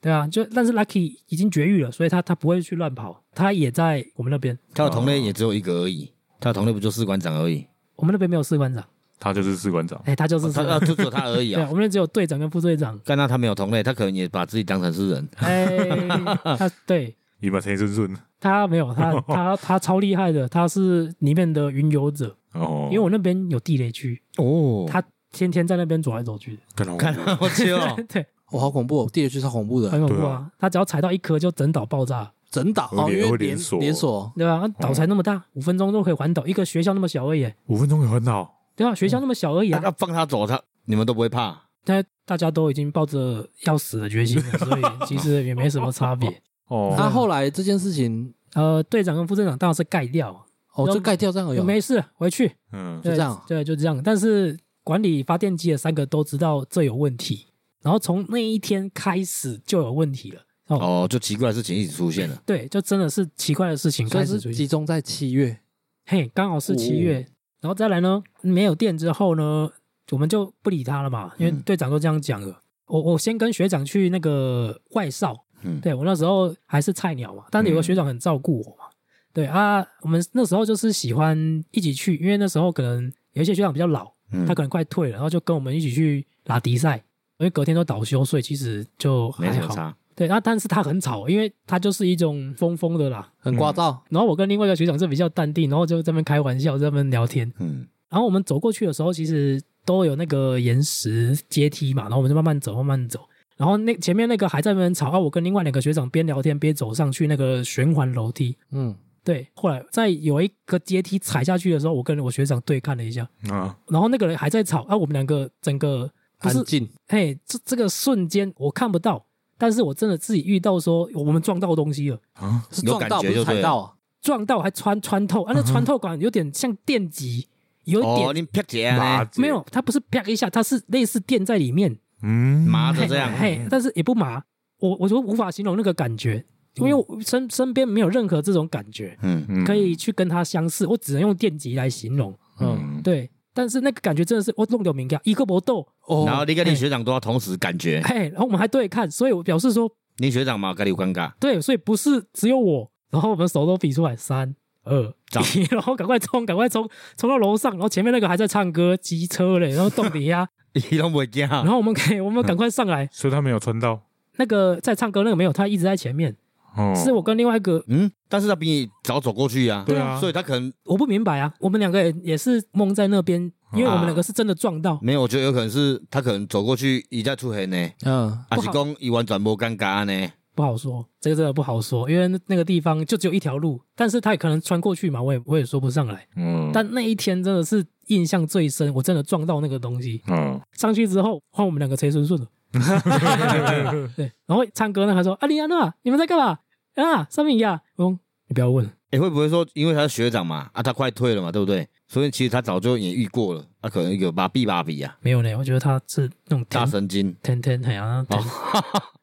D: 对啊，就但是 Lucky 已经绝育了，所以他他不会去乱跑，他也在我们那边，
C: 他的同
D: 哦
C: 类也只有一个而已，他的同类不就士官长而已，
D: 我们那边没有士官长，
B: 它就是士官长。
D: 哎，他就是
C: 哦
D: 士
C: 他
D: 官
C: 他
D: 长，
C: 就只有他而已
D: 对
C: 啊，
D: 啊，我。们那边只有队长跟副队长
C: 但那他没有同类，他可能也把自己当成是人。
D: 哎，他对
B: 你把陈顺顺
D: 他没有 他他他超厉害的，他是里面的云游者，
B: 哦，
D: 因为我那边有地雷区，
C: 哦
D: 他天天在那边走来走去的，
B: 看到
C: 看到我去哦，
D: 对，
A: 我、好恐怖、哦，地雷区超恐怖的，
D: 很恐怖
B: 对
D: 啊
B: 啊，
D: 他只要踩到一颗就整岛爆炸，
A: 整岛哦，
B: 会
A: 因
B: 连
A: 为
B: 会
A: 连
B: 连锁
A: 连锁，
D: 对吧？啊岛才那么大，五分钟都可以环岛，一个学校那么小而已，
B: 五分钟有很好，
D: 对啊，学校那么小而已
C: 要
D: 啊，
C: 要放他走，他你们都不会怕。
D: 但大家都已经抱着要死的决心 了，所以其实也没什么差别。
B: 哦，
D: 啊
A: 他、后来这件事情
D: 呃，队长跟副队长当然是盖掉，
A: 哦，
D: 那
A: 就盖掉这样而已哦。
D: 没事，回去
B: 嗯
A: 就这样
D: 对，对，就这样。但是管理发电机的三个都知道这有问题，然后从那一天开始就有问题了。哦，
C: 哦，就奇怪的事情一直出现了。
D: 对，就真的是奇怪的事情
A: 所以
D: 开始
A: 是哦
D: 出
A: 集
D: 现。
A: 中在七月，
D: 嘿，刚好是七月，然后再来呢，没有电之后呢，我们就不理他了嘛，因为
C: 嗯
D: 队长都这样讲了。我我先跟学长去那个外哨，
C: 嗯，
D: 对我那时候还是菜鸟嘛，但
A: 嗯
D: 是有个学长很照顾我嘛。对啊，我们那时候就是喜欢一起去，因为那时候可能有一些学长比较老，
C: 嗯
D: 他可能快退了，然后就跟我们一起去拉迪赛，因为隔天都倒休，所以其实就
C: 没
D: 还
C: 什么
D: 好。
C: 差。
D: 对，那、但是他很吵，因为他就是一种疯疯的啦。
B: 嗯
A: 很聒噪，
D: 然后我跟另外一个学长是比较淡定，然后就在那边开玩笑，在那边聊天。
C: 嗯，
D: 然后我们走过去的时候，其实都有那个岩石阶梯嘛，然后我们就慢慢走，慢慢走。然后那前面那个还在那边吵啊，我跟另外两个学长边聊天边走上去那个循环楼梯。
A: 嗯，
D: 对，后来在有一个阶梯踩下去的时候，我跟我学长对看了一下，
B: 啊，
D: 然后那个人还在吵啊，我们两个整个不是
A: 安静，
D: 嘿，这这个瞬间我看不到，但是我真的自己遇到说我们撞到东西了，
B: 啊
A: 是
C: 有
A: 撞
C: 感
A: 到
C: 觉
A: 不是
C: 就
A: 踩
C: 对
A: 到啊，
D: 撞到还穿穿透啊，那穿透感有点像电极，有一点、
C: 哦，你啪姐
B: 麻
C: 呢？
B: 子
D: 啊没，有，它不是啪一下，它是类似电在里面，
B: 嗯，
C: 麻的这样。
D: 嘿，但是也不麻，我我就无法形容那个感觉，因为我身身边没有任何这种感觉
C: 嗯，
B: 嗯
D: 可以去跟它相似，我只能用电极来形容。
A: 嗯，
B: 嗯，
D: 对，但是那个感觉真的是我弄掉敏感，一个搏斗，
A: 哦，
C: 然后你跟你学长都要同时感觉，
D: 嘿，哎然后我们还对看，所以我表示说，
C: 你学长嘛，跟你有尴 尬。
D: 对，所以不是只有我，然后我们手都比出来，三二
C: 走
D: 一，然后赶快冲，赶快冲，冲到楼上，然后前面那个还在唱歌，机车嘞，然后动底啊 下，
C: 你都不会惊，啊
D: 然后我们给我们赶快上来，
B: 所以他没有穿到，
D: 那个在唱歌那个没有，他一直在前面，
B: 哦，
D: 是我跟另外一个，
C: 嗯，但是他比你早走过去呀、
B: 对啊
C: 所以他可能
D: 我不明白啊，我们两个也也是蒙在那边，因为我们
B: 啊
D: 两个是真的撞到，
C: 没有，我觉得有可能是他可能走过去一再出现呢，
A: 嗯，
C: 还
D: 不好
C: 是讲伊完全无尴尬呢？
D: 不好说，这个真的不好说，因为那个地方就只有一条路，但是他也可能穿过去嘛，我也我也说不上来。
B: 嗯，
D: 但那一天真的是印象最深，我真的撞到那个东西，
B: 嗯，
D: 上去之后换我们两个陈顺顺了。对，然后唱歌呢，他说：“阿里安娜，你们在干嘛？啊，上面呀，我说你不要问，
C: 哎、会不会说因为他是学长嘛，啊，他快退了嘛，对不对？所以其实他早就也遇过了，他、可能有把比把比啊，
D: 没有呢。”我觉得他是那种
C: 大
D: 天
C: 神经
D: 天天很像
C: 哦，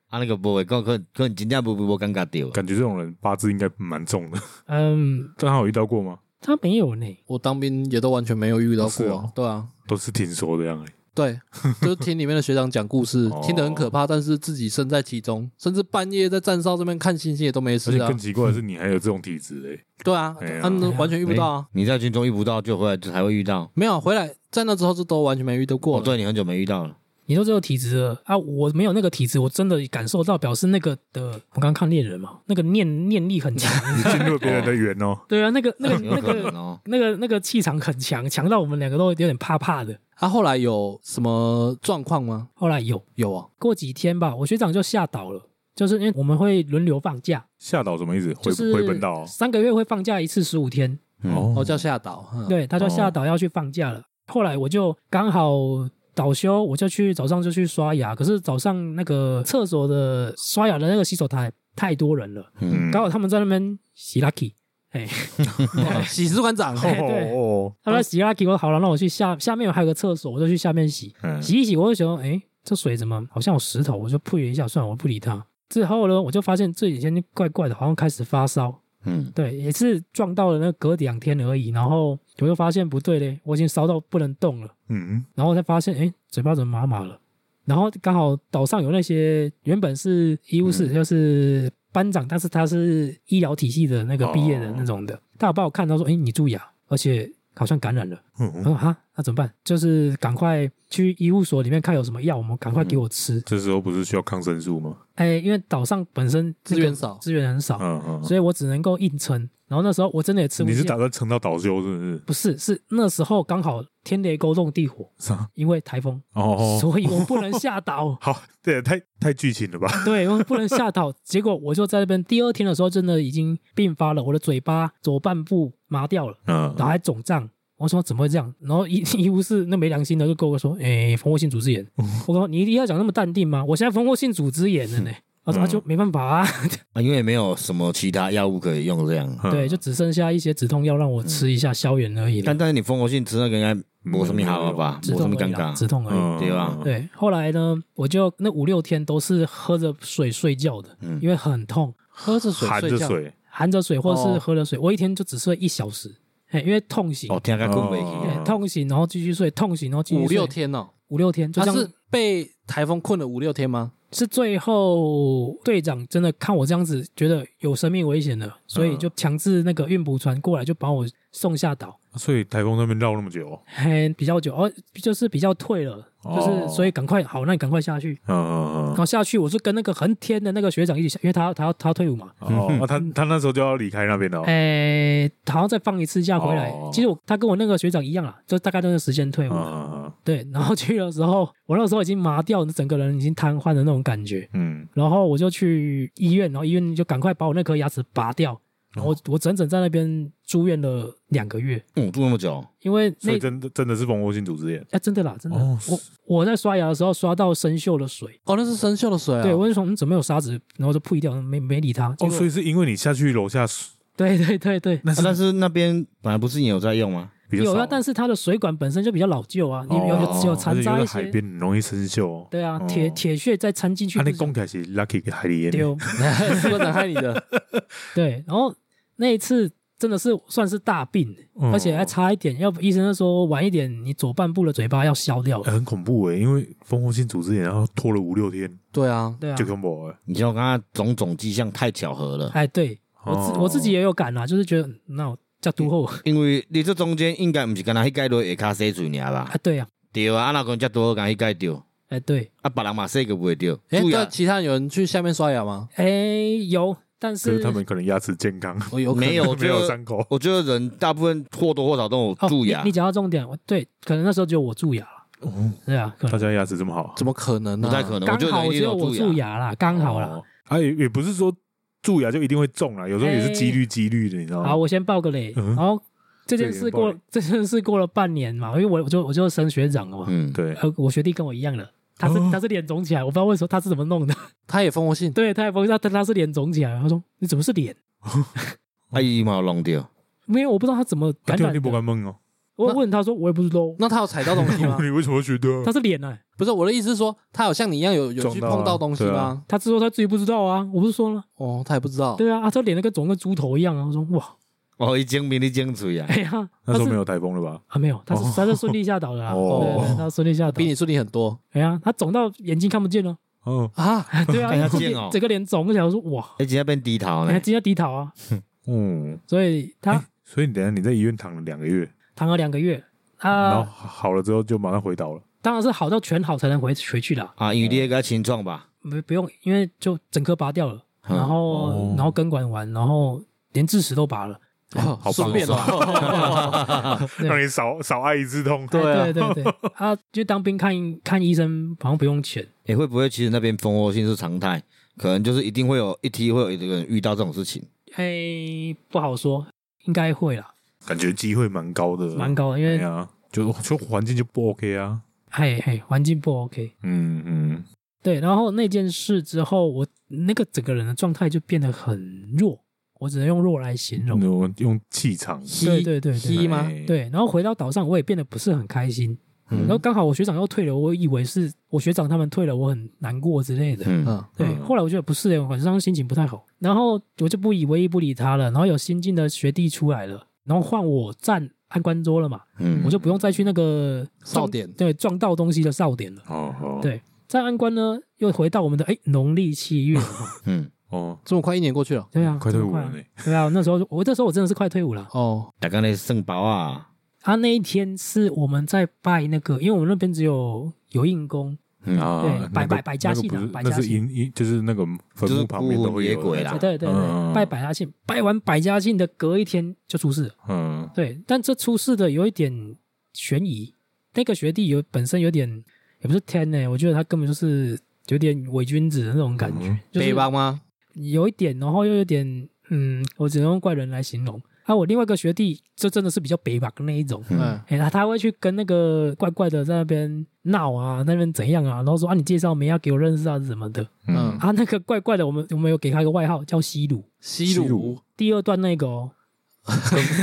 C: 啊那个不会，可可可能真正不不不尴尬掉了，
B: 感觉这种人八字应该蛮重的，
D: 嗯，
B: 但他有遇到过吗？
D: 他没有呢。
A: 我当兵也都完全没有遇到
B: 是
A: 过啊
B: 哦，
A: 对啊，
B: 都是听说这样而已。
A: 对， 就是听里面的学长讲故事
B: 哦，
A: 听得很可怕，但是自己身在其中，甚至半夜在站哨这边看星星也都没
B: 而
A: 事
B: 且
A: 啊
B: 更。奇怪的是，你还有这种体质 哎、
A: 对啊，
B: 哎呀
A: 啊，那完全遇不到啊。
C: 你在军中遇不到，就回来就才会遇到。
A: 没有回来，在那之后就都完全没遇到过
C: 我
A: 了。
C: 哦对你很久没遇到了，
D: 你说这个体质了啊，我没有那个体质，我真的感受到，表示那个的，我刚刚看恋人嘛，那个念念力很强，。
B: 你进入别人的缘哦
D: 对啊，那个那个
C: 有
D: 那
C: 可能
D: 个
C: 哦。
D: 那个那个气场很强，强到我们两个都有点怕怕的。
A: 啊，后来有什么状况吗？
D: 后来有
A: 有啊，
D: 过几天吧，我学长就吓倒了，就是因为我们会轮流放假，
B: 吓倒什么意思？回、
D: 就是
B: 回本道哦。
D: 三个月会放假一次十五天，
C: 哦，
A: 哦，叫吓倒。嗯，
D: 对，他就
B: 哦
D: 吓倒要去放假了。后来我就刚好倒休，我就去早上就去刷牙，可是早上那个厕所的刷牙的那个洗手台太多人了，
B: 嗯，
D: 刚好他们在那边洗 lucky，哎，
A: 喜事哦馆长，
D: 哎对
B: 哦，
D: 他说洗 lucky，我说好了，那我去下下面还有个厕所，我就去下面洗，
B: 嗯
D: 洗一洗，我就想，哎，这水怎么好像有石头？我就扑一下，算了，我不理他。之后呢，我就发现这几天怪怪的，好像开始发烧，
C: 嗯，
D: 对，也是撞到了那隔两天而已。然后我就发现不对嘞，我已经烧到不能动了。
B: 嗯，
D: 然后才发现，哎，嘴巴怎么麻麻了？然后刚好岛上有那些原本是医务
B: 嗯
D: 室，就是班长，但是他是医疗体系的那
B: 哦
D: 个毕业的那种的，他有帮我看，他说，哎，你蛀牙，而且好像感染了。我
B: 嗯
D: 说哈，那怎么办？就是赶快去医务所里面看有什么药，我们赶快
B: 嗯
D: 给我吃。
B: 这时候不是需要抗生素吗？
D: 哎，因为岛上本身
A: 资
D: 这个
A: 源少
D: 资源很少，
B: 嗯嗯，
D: 啊所以我只能够硬撑。然后那时候我真的也吃不
B: 你是
D: 下
B: 打，算撑到倒休是不是？
D: 不是，是那时候刚好天雷勾动地火，
B: 啥？
D: 因为台风，
B: 哦，。
D: 所以我不能下岛
B: 好，这也太太剧情了吧？
D: 对，我不能下岛。结果我就在那边，第二天的时候真的已经病发了，我的嘴巴左半部麻掉了，
B: 嗯
D: 然后还肿胀。我说怎么会这样？然后医 医务室那没良心的就跟我说：“哎、蜂窝性组织炎。”
C: 嗯
D: 我说：“你一定要讲那么淡定吗？我现在蜂窝性组织炎了呢。”
C: 嗯
D: 他说：“啊，就没办法啊，
C: 啊因为没有什么其他药物可以用这样。
B: 嗯
D: 对，就只剩下一些止痛药让我吃一下消炎而已了
C: 但，但是你蜂窝性吃那个应该没什么好了吧？
D: 止
C: 没什
D: 痛
C: 么
D: 而
C: 尴
D: 已啦，
C: 尬。
D: 嗯
C: 嗯
D: 止
B: 嗯
D: 痛而已。
C: 对吧
A: 嗯
D: 对，后来呢，我就那五六天都是喝着水睡觉的，
C: 嗯
D: 因为很痛，
A: 喝着水
B: 含
A: 睡
B: 着
A: 觉。
B: 水，
D: 含着水或是
A: 哦
D: 喝着水，我一天就只睡一小时，嘿，因为痛醒，
C: 哦，听个困不起
D: 嘿
B: 哦
D: 痛醒然后继续睡，痛醒然后继续
A: 五
D: 睡
A: 六，天哦，
D: 五六天就
A: 他
D: 这样。
A: 是被台风困了五六天吗？
D: 是最后队长真的看我这样子，觉得有生命危险
A: 嗯
D: 了，所以就强制那个运补船过来，就把我送下岛，
B: 所以台风那边绕那么久，
D: 嘿，比较久，哦，就是比较退了，就是
B: 哦
D: 所以赶快好，那你赶快下去。
B: 嗯
D: 然后下去，我是跟那个横天的那个学长一起下，因为他他要他要退伍嘛，
B: 嗯，哦，那他他那时候就要离开那边了哦，
D: 哎诶、好像再放一次假回来。
B: 哦
D: 其实我他跟我那个学长一样啊，就大概那个时间退伍。
B: 嗯
D: 对，然后去的时候，我那时候已经麻掉，整个人已经瘫痪的那种感觉。
B: 嗯，
D: 然后我就去医院，然后医院就赶快把我那颗牙齿拔掉。然
B: 哦
D: 后我我整整在那边住院了两个月，
C: 嗯，住那么久，
D: 因为
B: 所
D: 那
B: 以真的真的是蜂窝性组织炎，
D: 哎、真的啦，真的，
B: 哦
D: 我我在刷牙的时候刷到生锈的水，
A: 哦，那是生锈的水啊。
D: 对我就想、嗯、怎么有沙子，然后就扑一掉，没没理他。结
B: 哦，
D: 果
B: 所以是因为你下去楼下水
D: 对对对对，
B: 那
C: 啊但
B: 是
C: 是那边本来不是你有在用吗？
B: 比较
D: 有
B: 少
D: 啊，但是它的水管本身就比较老旧啊，你有
B: 哦
D: 有有残
B: 而
D: 渣
B: 且
D: 一
B: 又在海
D: 些。
B: 边很容易生锈，
D: 对啊
B: 哦，
D: 铁铁屑再掺进去
B: 啊，
D: 不
B: 你
D: 是
B: 讲起来是 lucky 给海里淹，
D: 丢。
A: 是我长害你的。
D: 对，然后那一次真的是算是大病，
B: 嗯
D: 而且还差一点，要不医生就说晚一点你左半部的嘴巴要消掉
B: 欸
D: 了。
B: 很恐怖诶，因为蜂窝性组织炎，然后拖了五六天，
A: 对 啊，
D: 对啊
B: 就，恐怖了。
C: 你像我刚刚种种迹象太巧合了，
D: 哎，对我自
B: 哦嗯
D: 我自己也有感啊，就是觉得嗯那我叫毒后 啊，
C: 因为你这中间应该不是跟他迄盖落下骹洗嘴尔吧？
D: 对啊，
C: 对啊，啊那个人才多跟迄盖掉，
D: 哎对，
C: 啊别人嘛洗个袂掉。
A: 哎，
C: 注意
A: 对，
C: 啊，
A: 其他人有人去下面刷牙吗？
D: 哎有。但
B: 可
D: 是
B: 是他们可能牙齿健康，
A: 我哦有可能
C: 没有我觉
B: 没
C: 得
B: 有伤口。
C: 我觉得人大部分或多或少都有啊
D: 哦
C: 蛀牙
D: 你你，讲到重点，我对，可能那时候只有我蛀牙了，
B: 哦
D: 对啊，可
B: 大
D: 能
B: 家牙齿这么好，
A: 怎么可能啊呢、
C: 不太可能。我
D: 刚
C: 觉得
D: 好
C: 人一
D: 只
C: 定
D: 有
C: 有
D: 我蛀
C: 牙，
D: 牙啦，刚好啦。
B: 哦。啊，也也不是说蛀牙就一定会中啊啦，有时候也是几率几率的，你知道吗？
D: 哎好，我先报个雷，
B: 哦嗯
D: 然后这件事过
B: 对
D: 这件事过了半年嘛，因为我我就我就升学长了嘛，
C: 嗯，
B: 对，啊
D: 呃，我学弟跟我一样的。他是
B: 哦
D: 他是脸肿起来，我不知道为什么他是怎么弄的。
A: 他也蜂窝性，
D: 对，他也不知道，但他是脸肿起来。他说：“你怎么是脸？
C: 阿姨啊嘛弄掉，
D: 没有，我不知道他怎么感
B: 掉
D: 染
B: 你不
D: 的。
B: 敢嗯梦哦，
D: 我问他说：“我也不知道。
A: 那他有踩到东西
B: ？
A: 吗
B: 你为什么觉得
D: 他是脸啊，
A: 不是我的意思是说，他有像你一样有有去
B: 撞到啊
A: 碰到东西
B: 对
A: 吗？
B: 啊
D: 他是说他自己不知道啊。”我不是说了，
A: 哦，他也不知道。
D: 对啊，啊，他脸的跟肿跟猪头一样啊。我说：“哇，
C: 哦，一精明的精髓 啊，
D: 哎呀，
B: 那时
D: 他
B: 候
D: 是
B: 没有台风了吧？
D: 啊，没有，他是
B: 哦
D: 他是顺利下岛的啦，啊
B: 哦
D: 对对对，他顺利下岛
A: 比。你顺利很多
D: 哎呀，他肿到眼睛看不见了，
B: 哦，
A: 啊！
D: 对啊
C: 看一下，
D: 整
C: 见
D: 个
C: 哦
D: 整个脸肿，我想说哇，
C: 哎，今天变低头
D: 你还
C: 呢，
D: 今天低头啊，
B: 嗯，
D: 所以他
B: 哎所以你等一下你在医院躺了两个月，
D: 躺了两个月，
B: 然后
D: 啊，
B: 好了之后就马上回岛了。
D: 当然是好到全好才能回回去啦，
C: 啊，因为你那个清创吧，
D: 不不用，因为就整颗拔掉了，
C: 嗯
D: 然后
B: 哦
D: 然后根管完，然后连智齿都 拔了，
A: 哦
B: 好
A: 顺便
B: 啊
A: 哦，
D: 对
B: 让你少少挨一次痛。
A: 对啊
D: 哎对对对，啊，就当兵看看医生好像不用钱，
C: 哎，会不会其实那边蜂窝性是常态？可能就是一定会有一梯会有一个人遇到这种事情，
D: 哎，不好说，应该会啦，
B: 感觉机会蛮高的，
D: 蛮高的，因
B: 哎
D: 为
B: 呀，就就环境就不 OK 啊。
D: 嘿嘿，环境不 OK。
B: 嗯嗯，
D: 对，然后那件事之后，我那个整个人的状态就变得很弱，我只能用弱来形容。
B: 我用气场
D: 对对对对
A: 吸吗？
B: 哎
D: 对，然后回到岛上，我也变得不是很开心。
C: 嗯
D: 然后刚好我学长又退了，我以为是我学长他们退了，我很难过之类的。
C: 嗯，
A: 嗯，
D: 对，
B: 嗯
D: 后来我觉得不是、欸，我晚上心情不太好，然后我就不以为意，不理他了。然后有新进的学弟出来了，然后换我站安官桌了嘛，
C: 嗯
D: 我就不用再去那个撞
A: 哨点
D: 对，撞到东西的哨点了。
B: 哦哦，
D: 对在安官呢，又回到我们的哎农历 七月了嘛，
C: 嗯，
B: 哦，
A: 这么快一年过去了
D: 对啊，
B: 快退伍
D: 这
B: 了
D: 么快
B: 呢
D: 啊。对啊，那时候就我那时候我真的是快退伍了。
A: 哦，
C: 大概那圣包啊，
D: 他那一天是我们在拜那个，因为我们那边只有有印功，
C: 嗯
B: 啊，
D: 对
B: 那
D: 百
B: 个
D: 百百家
B: 那个
D: 姓啊
B: 不是
D: 百家
B: 那是
D: 姓
B: 阴阴，就是那个坟
C: 就是
B: 墓旁边
C: 孤
B: 都
C: 魂
B: 会
C: 野
B: 有的
C: 鬼
B: 那
C: 啦
D: 对
B: 种
D: 对对，
B: 嗯
D: 拜百家姓，拜完百家姓的隔一天就出事了。
B: 嗯，
D: 对，但这出事的有一点悬疑，那个学弟有本身有点也不是天呢、我觉得他根本就是有点伪君子的那种感觉，
B: 嗯
D: 就是
A: 北方吗？
D: 有一点，然后又有点，嗯，我只能用怪人来形容。啊，我另外一个学弟，这真的是比较北吧那一种，
A: 嗯，
D: 哎、他他会去跟那个怪怪的在那边闹啊，那边怎样啊，然后说啊，你介绍没要给我认识啊什么的
A: 嗯
D: 啊，那个怪怪的，我们我们有给他一个外号叫西鲁，
A: 西
B: 西
A: 鲁
B: 鲁
D: 第二段那个哦，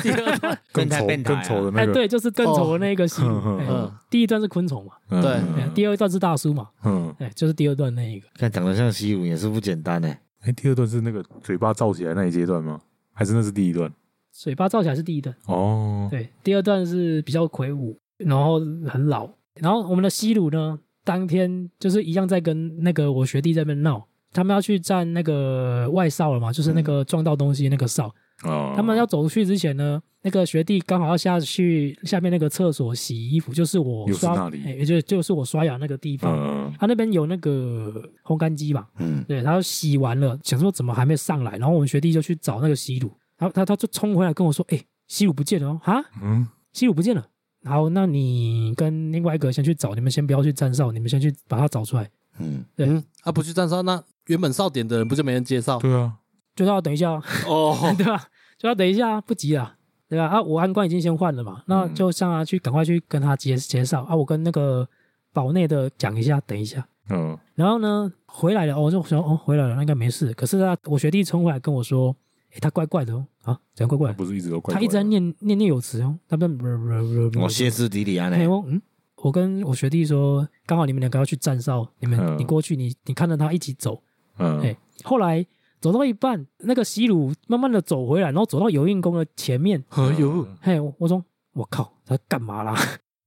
A: 第二段
B: 更
C: 变态
B: 丑
C: 变态啊
B: 更丑的
D: 哎、
B: 那个，
D: 对，就是更丑的那个西鲁、
B: 哦
D: 哎
A: 嗯
D: 第一段是昆虫嘛，
B: 嗯
A: 对
D: 哎
B: 嗯
D: 第二段是大叔嘛，
B: 嗯，
D: 哎、就是第二段那一个，
C: 看长得像西鲁也是不简单呢。
B: 哎，第二段是那个嘴巴罩起来那一阶段吗？还是那是第一段？
D: 嘴巴照起来是第一段，
B: 哦，
D: 对，第二段是比较魁梧，然后很老，然后我们的西鲁呢，当天就是一样在跟那个我学弟在那边闹。他们要去站那个外哨了嘛，就是那
B: 嗯
D: 个撞到东西那个哨，
B: 哦，
D: 他们要走出去之前呢，那个学弟刚好要下去下面那个厕所洗衣服，就是我
B: 又是
D: 刷，
B: 那里
D: 哎也就就是我刷牙那个地方。
B: 嗯
D: 他那边有那个烘干机嘛，
C: 嗯，
D: 对，他洗完了，想说怎么还没上来，然后我们学弟就去找那个西鲁，然后他他就冲回来跟我说：“哎、西鲁不见了哦，哈，
B: 嗯
D: 西鲁不见了。”好，那你跟另外一个先去找，你们先不要去站哨，你们先去把他找出来。
C: 嗯，
D: 对
A: 嗯，啊，不去站哨，那原本哨点的人不就没人介绍？
B: 对啊，
D: 就要等一下啊，
A: 哦，
D: 对吧？就要等一下啊，不急啊，对吧？啊，我安官已经先换了嘛，
B: 嗯
D: 那就让他去赶快去跟他介介绍啊，我跟那个岛内的讲一下，等一下。
B: 嗯
D: 然后呢，回来了，哦、我就想哦，回来了，那应该没事。可是他我学弟冲回来跟我说，诶，他怪怪的哦，啊，怎样怪怪
B: 他
D: 的？
B: 不是一直都怪怪的，
D: 他一直在念念念有词哦，他们
B: 嗯
C: 我歇斯底里啊
D: 哎，
C: 呢。
D: 我嗯，我跟我学弟说，刚好你们两个要去站哨，你们、
B: 嗯
D: 你过去，你你看着他一起走，
B: 嗯
D: 哎，后来走到一半，那个西鲁慢慢的走回来，然后走到游运宫的前面，
A: 哎呦，
D: 嘿，我我说我靠，他干嘛啦？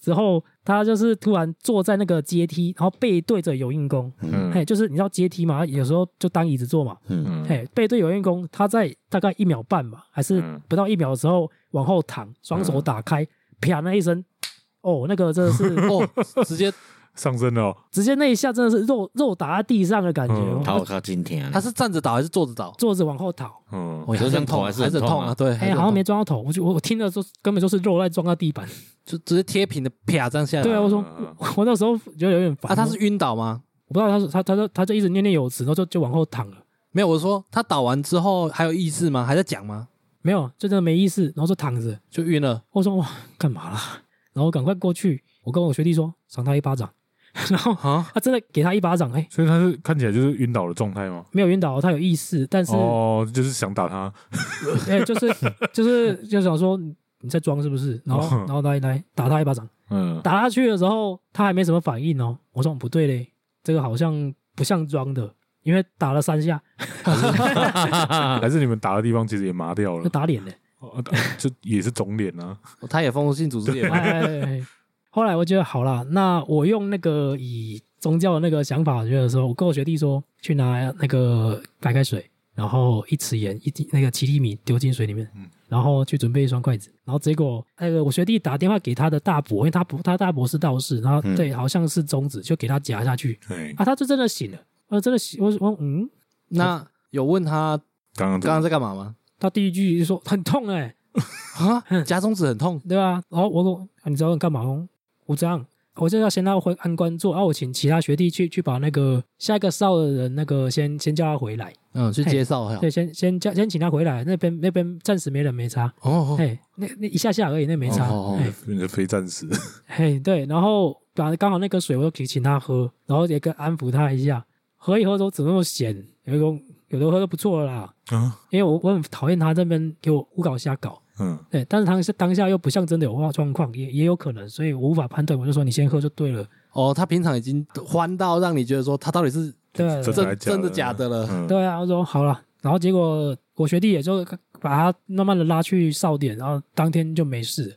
D: 之后他就是突然坐在那个阶梯，然后背对着游运宫，
B: 嗯
D: 嘿，就是你知道阶梯嘛，有时候就当椅子坐嘛，
C: 嗯，
B: 嗯
D: 嘿，背对游运宫，他在大概一秒半吧，还是
B: 嗯
D: 不到一秒的时候往后 躺，双手打开，啪那一声，哦，那个真的是
A: 哦，直接
B: 上身了哦，
D: 直接那一下真的是肉肉打在地上的感觉，
B: 嗯
D: 我
C: 逃他今天
A: 他是站着倒还是坐着倒？
D: 坐着往后倒。
B: 嗯，
A: 我
C: 可是这样头还是
A: 还
C: 很
A: 是很
C: 痛
A: 痛
C: 啊
A: 啊，对，还是
D: 哎、
A: 很
D: 好像没
A: 痛
D: 撞到头，我就我我听的时候根本就是肉在撞到地板。
A: 就直接贴平的啪这样下来。
D: 对啊，我说
B: 嗯
D: 我我那时候觉得有点烦。
A: 啊，他是晕倒吗？
D: 我不知道他是他他就他就一直念念有词，然后就就往后躺了，
A: 没有，我说他倒完之后还有意识吗？还在讲吗？
D: 没有，就真的没意思，然后就躺着。
A: 就晕了。
D: 我说哇，干嘛啦？然后我赶快过去，我跟我学弟说赏他一巴掌，然后
A: 啊，
D: 他真的给他一巴掌，哎、
B: 所以他是看起来就是晕倒的状态吗？
D: 没有晕倒，他有意识，但是哎、
B: 哦，就是想打他，
D: 就是就是就想说你在装是不是？然后
B: 哦
D: 然后来来打他一巴掌，
B: 嗯，
D: 打下去的时候他还没什么反应哦。我说不对嘞，这个好像不像装的，因为打了三下
B: 还是你们打的地方其实也麻掉
D: 就
B: 了，
D: 打脸嘞。
B: 哦打就也是肿脸啊，
A: 哦他也封信组织也
D: 哎 哎哎哎后来我觉得好啦，那我用那个以宗教的那个想法觉得说，我跟我学弟说去拿那个白开水，然后一匙盐，一滴那个奇粒米丢进水里面
B: 嗯，
D: 然后去准备一双筷子，然后结果那个我学弟打电话给他的大伯，因为他不他大伯是道士，然后
C: 嗯
D: 对好像是中指，就给他夹下去
B: 哎，
D: 啊，他就真的醒了，啊真的醒，我我嗯，
A: 那有问他
B: 刚刚
A: 刚刚在干嘛 吗？
D: 他第一句就说很痛哎、
A: 啊，夹中指很痛，
D: 对啊，然后我说、啊你知道你干嘛哦？我这样，我就要先他回安官做，然、啊后我请其他学弟去去把那个下一个哨的人那个先先叫他回来，
A: 嗯，去
D: 嘿
A: 介绍一下
D: 对，。先先叫先请他回来，那边那边暂时没人没差，
A: 哦，哦
D: 嘿，那那一下下而已，那没差，
A: 哦哦哦
D: 嘿
B: 那个非战士，
D: 嘿，对，然后把刚好那个水我就请请他喝，然后也跟安抚他一下，喝一喝都怎么那么咸，有一种有的喝都不错了啦，
B: 啊，
D: 因为我我很讨厌他这边给我胡搞瞎搞。
B: 嗯，
D: 对，但是他是当下又不像真的有化状况，也也有可能，所以我无法判断。我就说你先喝就对了，
A: 哦，他平常已经欢到让你觉得说他到底是
D: 对啊
B: 真的还
A: 真真的假的了？
B: 嗯，
D: 对啊。我说好了，然后结果我学弟也就把他慢慢的拉去哨点，然后当天就没事。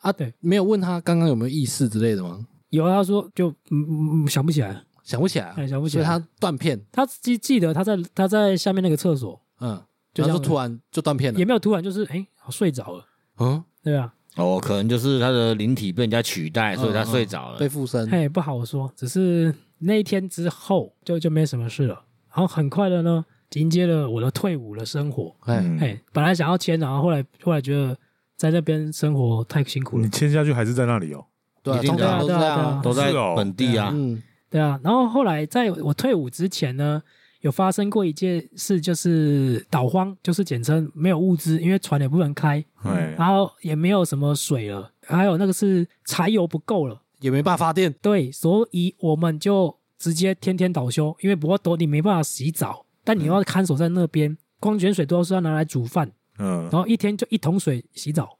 A: 啊
D: 对，
A: 没有问他刚刚有没有意识之类的吗？
D: 有啊他说就嗯嗯嗯想不起来，
A: 想不起来啊，
D: 哎想不起
A: 所以
D: 来。
A: 他
D: 他
A: 断片，
D: 他记记得他在他在下面那个厕所，
A: 嗯，然
D: 就这
A: 后
D: 样
A: 就突然就断片了
D: 也。没有突然就是哎、好睡着了，
A: 嗯，
D: 对啊，
C: 哦，可能就是他的灵体被人家取代，所以他睡着了
A: 被。附身。
D: 哎、不好说。只是那一天之后就就没什么事了，然后很快的呢迎接了我的退伍的生活。
A: 哎，
B: 嗯
D: 哎、本来想要签，然后后来后来觉得在那边生活太辛苦
C: 嗯
D: 了
B: 你，签下去还是在那里哦，
A: 对啊，
C: 一定
A: 通
C: 的
A: 常都
C: 啊
A: 是这样啊。
C: 都在
B: 是哦
C: 本地啊，
A: 嗯，
D: 对啊。然后后来在我退伍之前呢，有发生过一件事，就是倒荒，就是简称没有物资，因为船也不能开，
B: 哎，
D: 然后也没有什么水了，还有那个是柴油不够了，
A: 也没办法发电。
D: 对，所以我们就直接天天倒休，因为不过多你没办法洗澡，但你又要看守在那
C: 嗯
D: 边，矿泉水都是要拿来煮饭，
B: 嗯
D: 然，后一天就一桶水洗澡。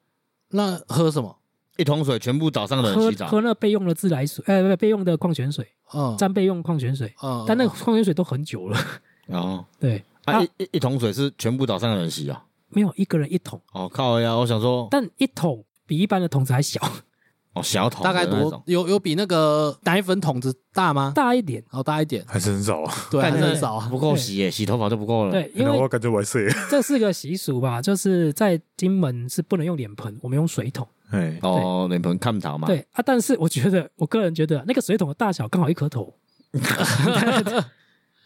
A: 那喝什么？
C: 一桶水全部岛上的人
D: 喝
C: 洗澡
D: 喝。那备用的自来水，呃，不备用的矿泉水，
A: 嗯，
D: 沾备用矿泉水，
A: 嗯，
D: 但那个
A: 嗯
D: 矿泉水都很久了，
C: 哦，
D: 对，
C: 啊，
D: 啊
C: 一一一桶水是全部岛上的人洗啊。
D: 没有一个人一桶，
C: 哦，靠呀！我想说，
D: 但一桶比一般的桶子还 小，
C: 哦，小桶的
A: 大概
C: 那种
A: 多有有比那个奶粉桶子大吗？
D: 大一点，
A: 好大一 点，
B: 还是很少啊，
A: 对，还
C: 干
A: 是
C: 这
A: 很少啊。
C: 不够洗耶，洗头发就不
A: 哦
C: 够了。，
D: 对，因
B: 那我
D: 为
B: 感觉我还 睡，
D: 这是个习俗吧，就是在金门是不能用脸盆，我们用水桶，
B: 哎，
C: 哦，脸盆看不着嘛。，
D: 对啊，但是我觉得，我个人觉得那个水桶的大小刚好一颗头，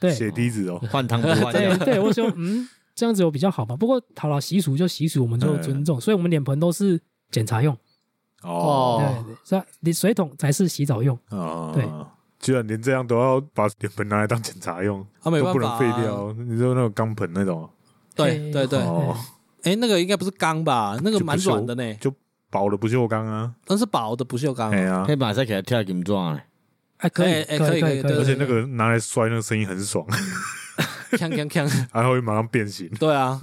D: 对
B: 血滴子哦，
C: 换汤不换
D: 对
C: 药。
D: 对，我说嗯，这样子有比较好嘛，不过好了，习俗就习俗，我们
A: 嗯
D: 就尊重，所以我们脸盆都是检查用。
B: 哦
D: 对对，所以你水桶才是洗澡用。
B: 啊，
D: 哦对
B: 居然连这样都要把脸盆拿来当检查用，
A: 啊，没
B: 都
A: 办
B: 不
A: 法啊
B: 能废。掉，你说那种钢盆那种，
A: 对对对，
B: 哦，
A: 哎，那个应该不是钢吧？那个蛮软的呢，
B: 就薄的不锈钢啊，
A: 那是薄的不锈钢啊。
B: 哎呀
C: 可。以把再给他跳金撞啊！
D: 哎，可以，
A: 哎哎
D: 可
A: 可
D: 可
A: 以
D: 可
A: 可以
B: 而
A: 对对
B: 且那个拿来摔，那个声音很爽，
D: 嗯
A: 锵锵锵！
B: 然后会马上变形。
A: 对啊，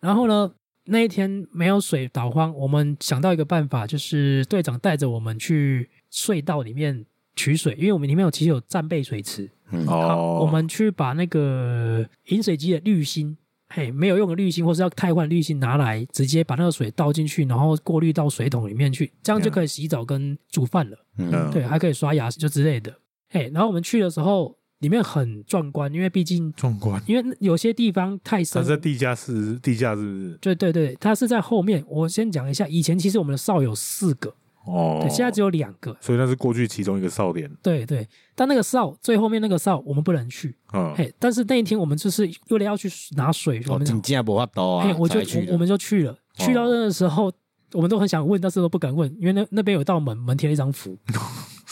D: 然后呢，那一天没有水倒荒，我们想到一个办法，就是队长带着我们去隧道里面取水，因为我们里面有其实有战备水池，
C: 嗯，
B: 哦
D: 好我们去把那个饮水机的滤芯。嘿，没有用的滤芯或是要汰换滤芯拿来，直接把那个水倒进去，然后过滤到水桶里面去，这样就可以洗澡跟煮饭了。
C: 嗯
B: 嗯
D: 对，还可以刷牙就之类的。嘿，然后我们去的时候，里面很壮观，因为毕竟
B: 壮观，
D: 因为有些地方太
B: 它
D: 深
B: 是，在地下室，地下是不是？
D: 对对对，它是在后面。我先讲一下，以前其实我们的哨有四个，
B: 哦
D: 对，，现在只有两个。
B: 所以那是过去其中一个少年，
D: 对对，但那个哨最后面那个哨我们不能去，
B: 嗯，
D: 嘿，但是那一天我们就是为了要去拿水，我
C: 哦，
D: 们
C: 真正无法度
D: 嘿
C: 啊，
D: 我就
C: 才去
D: 我
C: 的哦
D: 我们就去了。去到那的时候，我们都很想问，但是都不敢问，因为那那边有道门，门贴了一张 符。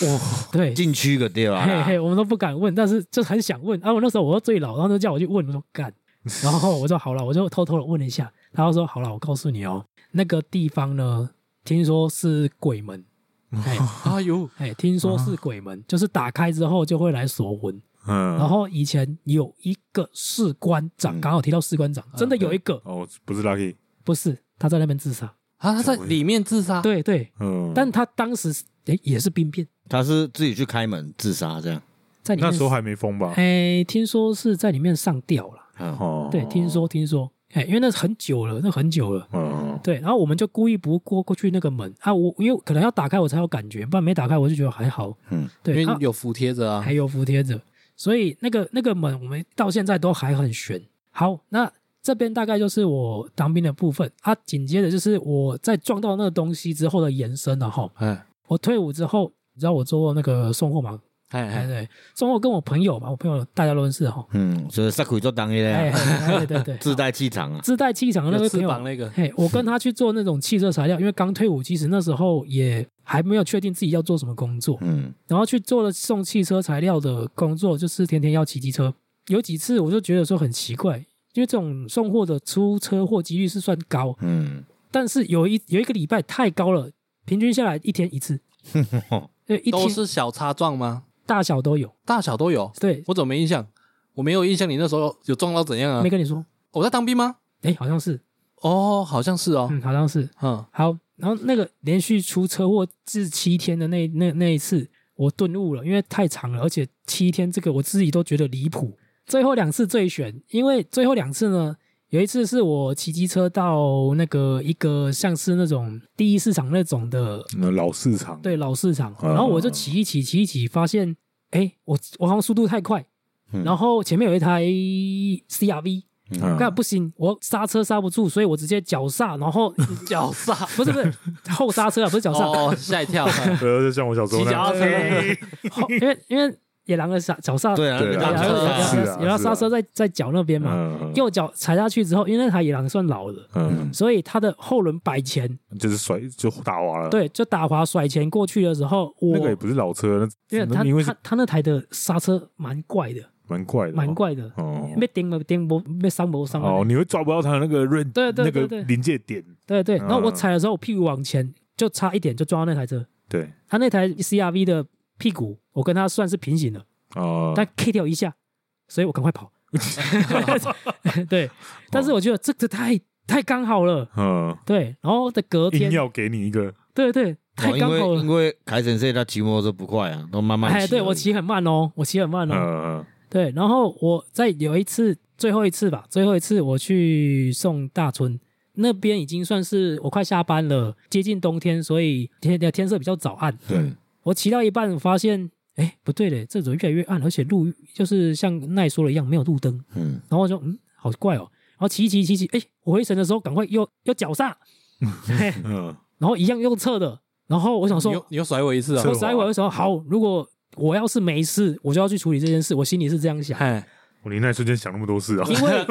D: 哦，对，
C: 禁区个对吧？
B: 啊
D: 嘿嘿，我们都不敢问，但是就很想问。啊，我那时候我又最老，然后就叫我去问，我说 干，然后我说好了，我就偷偷的问了一下，然后说好了，我告诉你哦，那个地方呢，听说是鬼门，
B: 哦
D: 哎
A: 哎呦，
D: 哎，听说是鬼门，就是打开之后就会来锁魂。
B: 嗯，
D: 然后以前有一个士官长，
C: 嗯
D: 刚好提到士官长，真的有一个，
B: 哦，不是 Lucky，
D: 不是他在那边自杀，
A: 啊，他在里面自杀，，
D: 对对，
B: 嗯，
D: 但他当时哎也是兵变，
C: 他是自己去开门自杀这样。
D: 在里面
B: 那时候还没封吧？
D: 哎，听说是在里面上吊了。
C: 哦，
B: 哦，
D: 对，听，说听说，哎，因为那很久了，那很久了。
B: 嗯，
D: 对，然后我们就故意不过过去那个门啊，我因为可能要打开我才有感觉，不然没打开我就觉得还好。
C: 嗯，
A: 因
D: 对，
A: 为
D: 啊、
A: 有服贴着啊
D: 还，有服贴着，所以那个那个门我们到现在都还很悬。好，那这边大概就是我当兵的部分啊，紧接着就是我在撞到那个东西之后的延伸了哈。
A: 哎
D: 我退伍之后，你知道我做过那个送货吗？
A: 哎
D: 哎，
A: 哎，
D: 对，送货跟我朋友嘛，我朋友大家都认识哈。
C: 嗯，所以萨奎做当一
D: 哎，
C: 的，
D: 哎对对 对，
C: 自带气场啊。
D: 自带气场的那
A: 有
D: 位
A: 翅
D: 朋友
A: 膀那个，
D: 嘿，我跟他去做那种汽车材料，因为刚退伍，其实那时候也还没有确定自己要做什么工作，
C: 嗯，
D: 然后去做了送汽车材料的工作，就是天天要骑机车。有几次我就觉得说很奇怪，因为这种送货的出车祸几率是算高，
C: 嗯，
D: 但是有一有一个礼拜太高了，平均下来一天一 次，对，一
A: 都
D: 天
A: 是小擦撞吗？
D: 大小都有，
A: 大小都有，
D: 对，
A: 我怎么没印象？我没有印象，你那时候有撞到怎样啊
C: 嗯
D: 没？跟你说，
A: 我在当兵吗？
D: 哎，好像是，
A: 哦，好像是哦，
D: 嗯，好像是，
A: 嗯，
D: 好，然后那个连续出车祸至七天的那那那一次，我顿悟了，因为太长了，而且七天这个我自己都觉得离谱。最后两次最悬，因为最后两次呢，有一次是我骑机车到那个一个像是那种第一市场那种的
B: 那老市场，
D: 对老市场，
B: 嗯
D: 然后我就骑一骑骑一骑，发现哎，我我好像速度太快，
C: 嗯
D: 然后前面有一台 CRV，
B: 嗯，
D: 那、不行，我刹车刹不住，所以我直接脚刹，然 后
A: 脚刹，
D: 不是不是后刹车啊，不是脚刹，
A: 哦，吓一 跳，
B: 呃，就像我小时候
A: 骑脚
B: 那
A: 踏
B: 样，
A: 车，
D: 后因为因为野狼的刹脚刹，
C: 对啊，
B: 对啊
C: 那
D: 有
C: 当
D: 有
C: 然
D: 有
C: 是
B: 是
C: 啊
B: 啊
D: 有有有刹车在在脚那边嘛，
B: 嗯，
D: 右脚踩下去之后，因为那台野狼算老的，
B: 嗯，
D: 所以它的后轮摆前，
B: 就是甩就打滑了，，
D: 对，就打滑甩前过去的时候，我
B: 嗯那个也不是老车，
D: 因为
B: 那
D: 他
B: 因为是
D: 他他那台的刹车蛮怪的，
B: 蛮怪的，
D: 蛮，怪的，
B: 哦，
D: 被颠没颠没被伤没伤的啊那
B: 哦，
D: 种，
B: 你会抓不到他的那个润，
D: 对对
B: 那
D: 对
B: 个
D: 对
B: 临界点，
D: 对对。然后我
B: 嗯
D: 踩的时候，我屁股往前就差一点就撞到那台车，
B: 对，
D: 他那台 CRV 的屁股，我跟他算是平行的。
B: 哦，
D: 但 K 掉一下，所以我赶 快跑。对，但是我觉得这个太太刚好了，
B: 嗯，
D: 对。然后的隔
B: 硬
D: 天，
B: 要给你一个，
D: 对对，太
C: 哦因
D: 刚好
C: 为因
D: 了。
C: 为凯神社他骑摩托车不快啊，都慢慢
D: 哎，
C: 骑。
D: 对我，骑很慢哦，我骑很慢哦。
B: 嗯，
D: 对，然后我在有一次，最后一次吧，最后一次我去送大村那边，已经算是我快下班了，接近冬天，所以天天色比较早暗。
C: 对，
D: 我骑到一半，我发现哎不对嘞，这怎么越来越暗，而且路就是像奈说的一样，没有路灯。
C: 嗯，
D: 然后我就嗯，好怪哦。然后骑一骑骑一骑，哎，我回神的时候赶快又又脚刹，嘿
B: 嗯，
D: 然后一样右侧的。然后我想
A: 你
D: 说，
A: 又你又甩我一次啊
B: 是？
D: 我甩尾的时候，好，如果我要是没事，我就要去处理这件事。我心里是这样想，
A: 哎，
B: 我你那一瞬间想那么多事啊，
D: 因为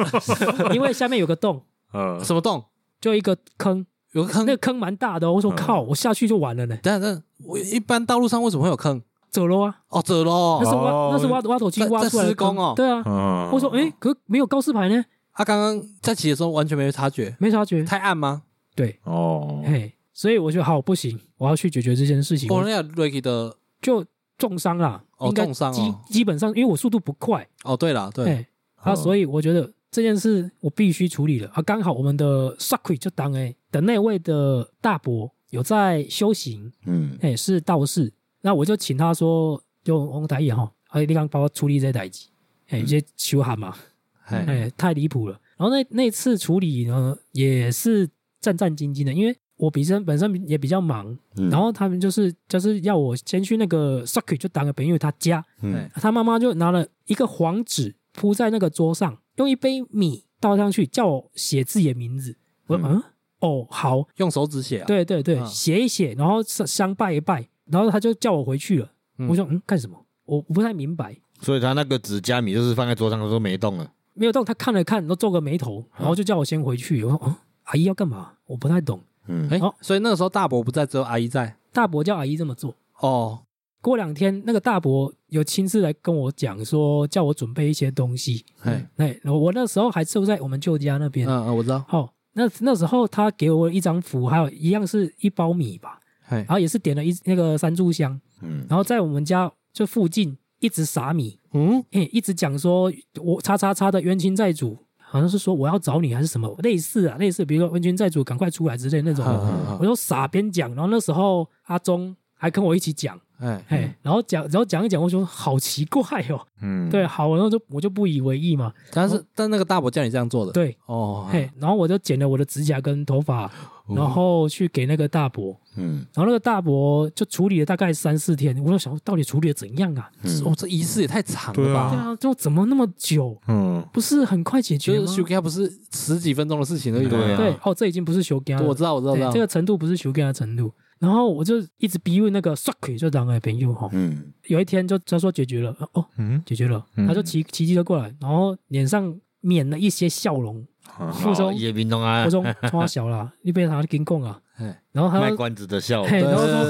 D: 因为下面有个洞，
B: 嗯，
A: 什么洞？
D: 就一个 坑，
A: 有个坑
D: 那？个坑蛮大的哦。我说
B: 嗯
D: 靠，我下去就完了呢，
A: 等一下等一下，我一般道路上为什么会有坑？
D: 走了啊。
A: 哦，走喽
D: 那。是挖
B: 哦
D: 那是挖挖土机
A: 在
D: 挖
A: 在
D: 出来的
A: 施工
D: 坑
A: 哦
D: 对啊。
B: 嗯，
D: 我说，哎，可没有告示牌呢，
A: 他啊刚刚在骑的时候完全没察觉，
D: 没察觉。
A: 太暗吗？
D: 对，
B: 哦，
D: 哎，所以我就好不行，我要去解决这件事情。
A: 哦，那 Ricky 的
D: 就重伤啦，
A: 哦
D: 应该
A: 重伤
D: 基
A: 哦
D: 基本上因为我速度不快，
A: 哦，对了，对，
D: 哎啊，
B: 哦
D: 所以我觉得这件事我必须处理了啊。刚好我们的 Sakui 就当哎的那位的大伯有在修行，
C: 嗯，
D: 哎是道士，那我就请他说用红台语哈，啊你刚帮我处理这代志，哎
A: 嗯
D: 这修喊嘛，
C: 嗯
A: 哎，
D: 哎太离谱了。然后那那次处理呢也是战战兢兢的，因为我本身本身也比较忙，
C: 嗯
D: 然后他们就是就是要我先去那个 Sakui 就当个朋友他家。
A: 哎
C: 嗯，
D: 他妈妈就拿了一个黄纸铺在那个桌上，用一杯米倒上去，叫我写自己的名字。我
C: 嗯
D: 嗯哦好，
A: 用手指写啊。，
D: 对对对，
A: 嗯
D: 写一写，然后上香拜一拜，然后他就叫我回去了。
A: 嗯
D: 我想嗯干什么？我我不太明白，
C: 所以他那个纸加米就是放在桌上都没动了。
D: 没有动。他看了看，然后皱个眉头，然后就叫我先回去。我说啊，阿姨要干嘛？我不太懂。
C: 嗯，
A: 哎
D: 好，
A: 所以那个时候大伯不在，只有阿姨在。
D: 大伯叫阿姨这么做。
A: 哦，
D: 过两天，那个大伯有亲自来跟我讲说，叫我准备一些东西。
A: 嘿，
D: 哎，我我那时候还住在我们舅家那边。
A: 嗯嗯，我知道。
D: 好、那那时候他给我一张符，还有一样是一包米吧，
A: 嘿
D: 然，后也是点了一那个三炷香，
C: 嗯，
D: 然后在我们家就附近一直撒米，
A: 嗯，
D: 哎，一直讲说我叉叉叉的冤亲债主，好像是说我要找你还是什么类似啊，类似，比如说冤亲债主赶快出来之类那种。
A: 好好
D: 我
A: 好
D: 就傻边讲，然后那时候阿忠还跟我一起讲，
A: 哎，
D: 哎、然后讲，然后讲一讲，我说好奇怪哦，
B: 嗯，
D: 对，好，然后就我就不以为意嘛，
A: 但是但那个大伯叫你这样做的。，
D: 哦对，
A: 哦，
D: 嘿，然后我就剪了我的指甲跟头发，然后去给那个大伯，
C: 嗯，
D: 然后那个大伯就处理了大概三四天，我就想到底处理的怎样啊？
C: 嗯
A: 哦，这仪式也太长了
B: 对啊
D: 对
A: 吧？
D: 啊，就怎么那么久？
B: 嗯，
D: 不是很快解决
A: 就
D: 吗
A: 是？修 g 不是十几分钟的事情而已吗？
C: 对啊
D: 对，哦，这已经不是修干了，
A: 我知道，我知道，我知
D: 对
A: 道。
D: 这个程度不是修干的程度。然后我就一直逼问那个 s u c 就当个朋友哈，
C: 嗯，
D: 有一天就他说解决了，哦，
B: 嗯，
D: 解决了，
B: 嗯
D: 他就骑骑机车过来，然后脸上免了一些笑容。
B: 好，
D: 我说
C: 哦叶冰东啊哎
D: 我，说他 小啦，你被他跟供啊
A: 嘿，
D: 然后他
C: 卖
D: 就
C: 关子的笑，
D: 嘿，然后
A: 对对对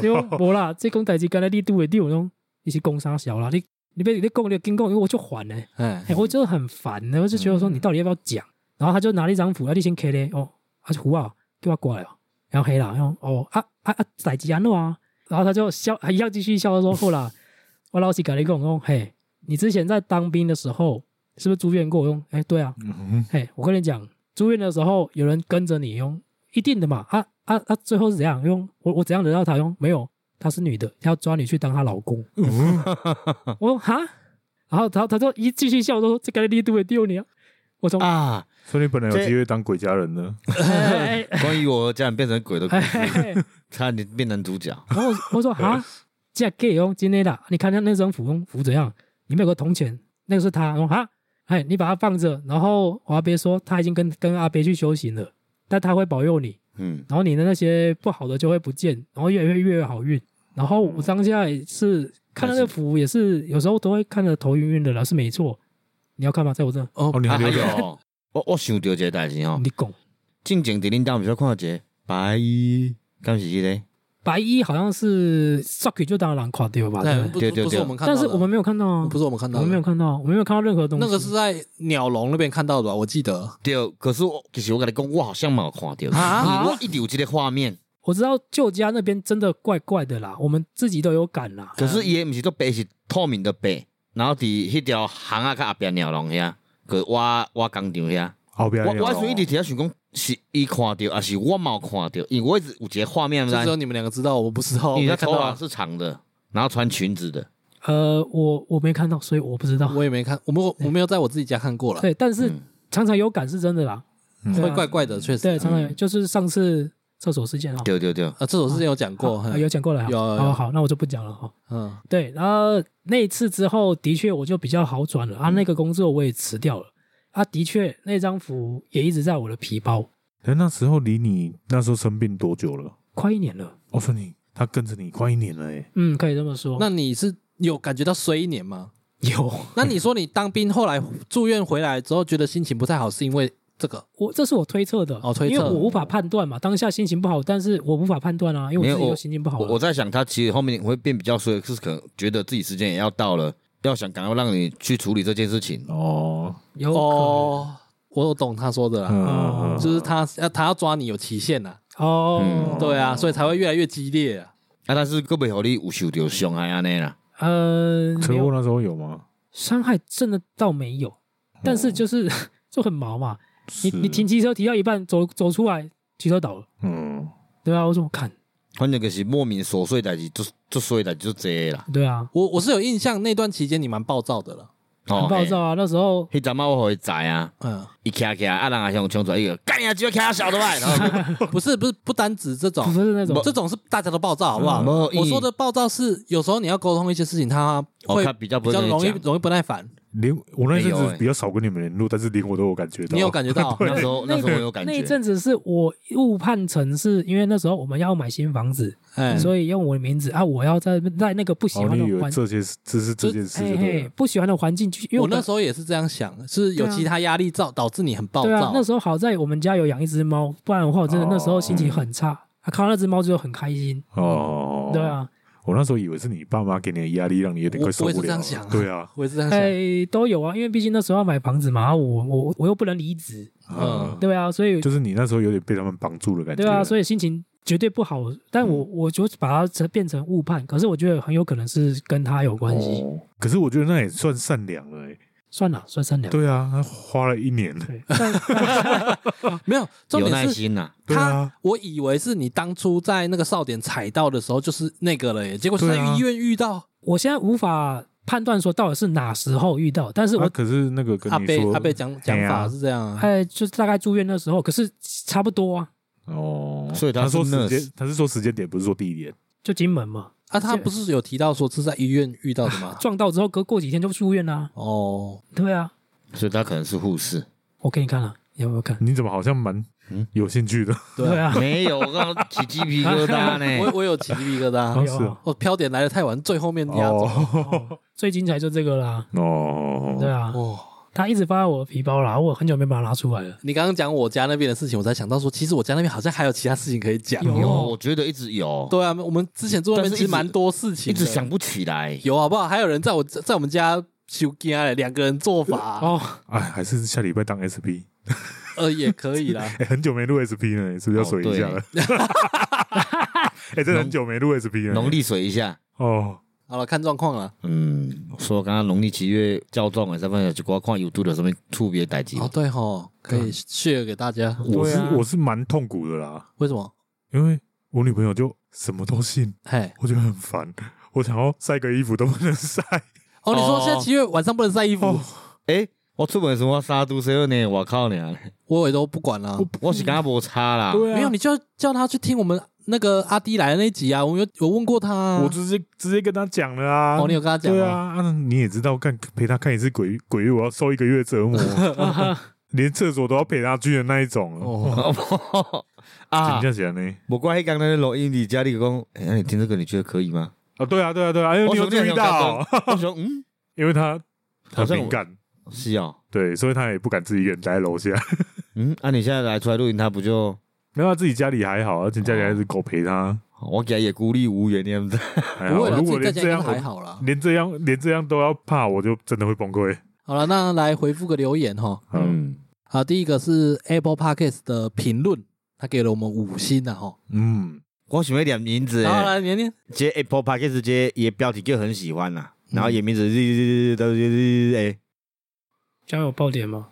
A: 对
D: 对哦，无啦，这讲代志干来你对的，你有种你是讲啥小啦，你你被你供你跟供，因为我就还呢，
A: 哎
D: 哎，我就很烦呢，我就觉得说你到底要不要讲？然后他就拿了一张符，啊，你先开嘞，哦，啊符啊，给我过来哦，然后黑啦，然后哦啊啊啊，代志安诺啊，然后他就笑，还要继续笑，他说后啦，我老师跟你讲，哦嘿，你之前在当兵的时候是不是住院过？用哎，对啊，
B: 嗯
D: 嘿，我跟你讲，住院的时候有人跟着你用，一定的嘛，啊啊啊，最后是怎样用？我我怎样惹到他用？没有，她是女的，她要抓你去当她老公。 我说哈，然后他他就一继续笑，说这个力度会丢你啊。我从、
C: 啊，
B: 所以你本来有机会当鬼家人的，
D: 哎哎
C: 关于我家人变成鬼的故
D: 哎
C: 事，
D: 哎哎
C: 差点变男主角。
D: 然后我我说哈，这给用今天的，你看他那张符用符怎样？里面有个铜钱，那个是他。我说哈，哎，你把它放着，然后华别说他已经跟跟阿别去修行了，但他会保佑你。
C: 嗯，
D: 然后你的那些不好的就会不见，然后越来越越好运。然后我当下也是看到那个符，也是有时候都会看着头晕晕的了，是没错。你要看吗？在我这，
A: 哦
B: 哦，，你还
C: 啊还
B: 留
C: 有
B: 着哦，
C: 哦，我我想到一个代志哦，
D: 你拱
C: 进前伫恁兜毋是有看到一个白衣，敢是迄个？
D: 白衣好像是 Sucky 就当然垮掉吧，对
A: 对，哎
D: 不对
A: 不
C: 对对
A: 不是
C: 对
A: 我们看到
D: 但
A: 的，
D: 是我们没有看到啊，
A: 不是我们看
D: 我
A: 到
D: 们没有
A: 的，
D: 看到，我们没有看到任何东西。
A: 那个是在鸟笼那边看到的吧？我记得
C: 对，可是我其实我跟你讲，我好像没有看到，
A: 啊
C: 我一直有这个画面，
D: 我知道旧家那边真的怪怪的啦，我们自己都有感啦。
C: 可是伊毋是做白是透明的白，然后伫迄条巷仔甲后壁鸟笼遐，个我我工厂遐，
B: 后边
C: 我
B: 还有
C: 我所以一直伫遐想讲，是伊看到，还是我冇看到？因为我一直有一个画面，
A: 就
C: 不知道
A: 只有你们两个知道，我们不知道，我
C: 你
A: 没
C: 的
A: 看
C: 头
A: 到
C: 发
A: 啊，
C: 是长的，然后穿裙子的，
D: 呃，我我没看到，所以我不知道。
A: 我也没看，我们我没有在我自己家看过了，
D: 对，但是
C: 嗯
D: 常常有感是真的啦。
B: 嗯
D: 对
A: 会
D: 啊
A: 怪怪的，确实。
D: 对，常常有，就是上次厕所事件哦，
C: 对对对，
A: 啊，这首之前有讲过，
D: 啊
A: 嘿
D: 有讲过了哈，
A: 有有
D: 好
A: 有
D: 好，那我就不讲了哈。
A: 嗯，
D: 对，然后那一次之后，的确我就比较好转了啊，那个工作我也辞掉了啊，的确那张符也一直在我的皮包，
B: 哎，那时候离你那时候生病多久了？
D: 快一年了，
B: 我说你，他跟着你快一年了，哎，
D: 嗯，可以这么说。
A: 那你是有感觉到衰一年吗？
D: 有
A: 那你说你当兵后来住院回来之后，觉得心情不太好，是因为这个？
D: 我这是我推测的
A: 哦推测
D: 因为我无法判断嘛，当下心情不好，但是我无法判断啊，因为
C: 没有
D: 我自己就心情不好
C: 我
D: 了。
C: 我在想，他其实后面会变比较衰，是可能觉得自己时间也要到了，要想赶快让你去处理这件事情。
B: 哦，
D: 有可能哦
A: 哦，我懂他说的啦，
D: 啊
B: 嗯，
A: 就是他要他要抓你有期限呐，
D: 哦
C: 嗯
A: 对啊，所以才会越来越激烈啊。
C: 啊，但是个袂互你有受到伤害安尼啦，
D: 呃，
B: 车
D: 没
B: 祸
D: 有
B: 那时候有吗？
D: 伤害真的倒没有，但是就是 就很毛嘛，你
B: 是
D: 你停，机车停到一半，走走出来，汽车倒了，
B: 嗯，
D: 对啊，我怎么看？
C: 反正就是莫名琐碎代志，就就碎代志就这啦。
D: 对啊，
A: 我我是有印象，那段期间你蛮暴躁的了，
C: 哦
D: 很暴躁。啊，那时候
C: 嘿迄阵仔我互伊知啊，
A: 嗯，
C: 伊徛徛啊，人啊向冲出来，伊个干你啊，只要徛小的外，然后
A: 不是不是不单指这种
D: 不，是那种
A: 哦这种是大家都暴躁，好不好？
C: 嗯没有意义
A: 我说的暴躁是有时候你要沟通一些事情，他
C: 哦
A: 会
C: 他比较不
A: 比较
C: 容易
A: 容易
C: 讲
A: 容易不耐烦，
B: 连我那一阵
C: 没有欸
B: 子比较少跟你们联络，但是连我都有感觉到。
A: 你有感觉到？
C: 那时候那时候我有感
D: 那一
C: 觉，
D: 阵子是我误判成是因为那时候我们要买新房子，
A: 哎，
D: 所以用我的名字啊，我要在在那个不喜
B: 哦，
D: 欢
B: 你以
D: 的
B: 为
D: 环，
B: 这些是这是这件事
D: 嘿
B: 就对
D: 嘿
B: 了，
D: 不喜欢的环境去，因为
A: 我哦那
D: 本
A: 时候也是这样想，是有
D: 对啊
A: 其他压力造导致你很暴
D: 对啊
A: 躁，。
D: 那时候好在我们家有养一只猫，不然的话我真的
B: 哦
D: 那时候心情很差，啊、看到那只猫就很开心，
B: 哦，
D: 对，啊，
B: 我那时候以为是你爸妈给你的压力，让你有点快受
A: 我我也
B: 不
A: 是这
B: 了
A: 样想
B: 了
A: 啊。
B: 对啊，
A: 我也是这样想。
D: 哎、都有啊，因为毕竟那时候要买房子嘛，啊我我我又不能离职，
A: 嗯
B: 嗯，
D: 对啊，所以
B: 就是你那时候有点被他们绑住的感觉。嗯
D: 对啊，所以心情绝对不好，但我我就把它成变成误判，可是我觉得很有可能是跟他有关系，
B: 哦可是我觉得那也算善良了、欸。
D: 算了，算善良。
B: 对啊，他花了一年。
D: 对，但
A: 没有，重
C: 有耐
A: 点是
C: 心呐。
B: 对
A: 他
B: 啊，
A: 我以为是你当初在那个哨点踩到的时候就是那个了耶，结果是在
B: 对啊
A: 医院遇到
D: 我现在无法判断说到底是哪时候遇到，但是
B: 啊
D: 我
B: 可是那个跟
A: 阿
B: 你
A: 贝
B: 说，
A: 阿贝讲讲
B: 嘿啊
A: 法是这样啊，
D: 哎、就是大概住院的时候，可是差不多啊，
B: 哦，
C: 所以他
B: 他
C: 是
B: 说时
C: nurse
B: 间，他是说时间点，不是说地点。
D: 就金门嘛，
A: 啊他不是有提到说是在医院遇到的 吗？
D: 撞到之后隔过几天就住院啦、
A: 哦，
D: 对啊，
C: 所以他可能是护士，
D: 我给你看了、你有没有 看？
B: 你怎么好像蛮
C: 嗯
B: 有兴趣的？
D: 对
A: 对
D: 啊，
C: 没有，我刚刚起鸡皮疙瘩
A: 我
C: 呢。
A: 我有起鸡皮疙
B: 啊
A: 瘩，
C: 哎
D: 有
B: 是
D: 啊
B: 啊。
A: 我飘点来的太晚，最后面压走
B: 哦
D: 最精彩就这个啦。对
B: 哦，
D: 啊，
A: 哦。
D: 他一直放在我的皮包啦，我很久没把它拿出来了。
A: 你刚刚讲我家那边的事情，我才想到说，其实我家那边好像还有其他事情可以讲。
D: 有
C: 有，我觉得一直有，
A: 对啊，我们之前住那边
C: 但是一
A: 其
C: 直
A: 实蛮多事情
C: 一
A: 的，
C: 直想不起来。
A: 有好不好？还有人在我在我们家修家嘞，两个人做法，啊
D: 哦，
B: 哎，还是下礼拜当 SP，
A: 呃也可 以啦。
B: 哎，很久没录 SP 了，是不
C: 哦
B: 是要水一下了？ 哎，真的很久没录 SP 了。
C: 农历水一下，
B: 哦，
A: 好了，看状况了。
C: 嗯，说刚刚农历七月较重的，这份有一寡看有拄着什么特别代志
A: 哦，，对吼，可以 share 给大家。
B: 我
D: 对
B: 是
D: 啊
B: 我是蛮痛苦的啦，
A: 为什么？
B: 因为我女朋友就什么都信，
A: 嘿，
B: 我觉得很烦。我想要晒个衣服都不能晒，
A: 哦，你说
C: 哦
A: 现在七月晚上不能晒衣服
B: 哦，
C: 诶，我出门的时候我三度十二呢，我靠你啊！
A: 我也都不管了。
C: 我是感觉无差啦，
B: 啊
A: 没有，你就叫他去听我们那个阿迪来的那一集啊。我们有有问过他
C: 嗯
A: 啊，
B: 我直接直接跟他讲了啊。
A: 哦，你有跟他讲
B: 对
A: 啊？
B: 啊，啊你也知道，看陪他看一次鬼鬼月，我要受一个月折 磨，连厕所都要陪他去的那一种
A: 哦，
C: 啊
A: 啊
B: 紧，张起来呢？
C: 不啊过迄刚才录音，你家里讲，哎、那你听这个你觉得可以吗？
B: 啊，对啊，对啊，对啊，哎呦，你有
C: 我
B: 注意到，
C: 我说嗯，
B: 因为他
C: 好
B: 很
C: 像
B: 敏
C: 我
B: 感，
C: 是哦，
B: 对，所以他也不敢自己一个人待在楼下。
C: 嗯，啊，你现在来出来录音，他不就
B: 没有，他自己家里还好，而且家里还是狗陪他，
C: 哦我给他也孤立无援，你知道吗？
B: 还
A: 不
B: 好。
A: 会啦，
B: 如
A: 自
B: 果
A: 己在家
B: 连这
A: 应
B: 样
A: 该，还好啦
B: 我。连这样连这样都要怕，我就真的会崩溃。
A: 好了，那来回复个留言哈。
B: 嗯
C: 嗯，
A: 好，第一个是 Apple Podcast 的评论，他给了我们五星啊哈。
B: 嗯，
C: 我想要念名字
A: 然后
C: 诶，
A: 来年年，
C: 这 Apple Podcast 这也标题就很喜欢啦，然后也名字是是诶，
D: 这样有爆点吗？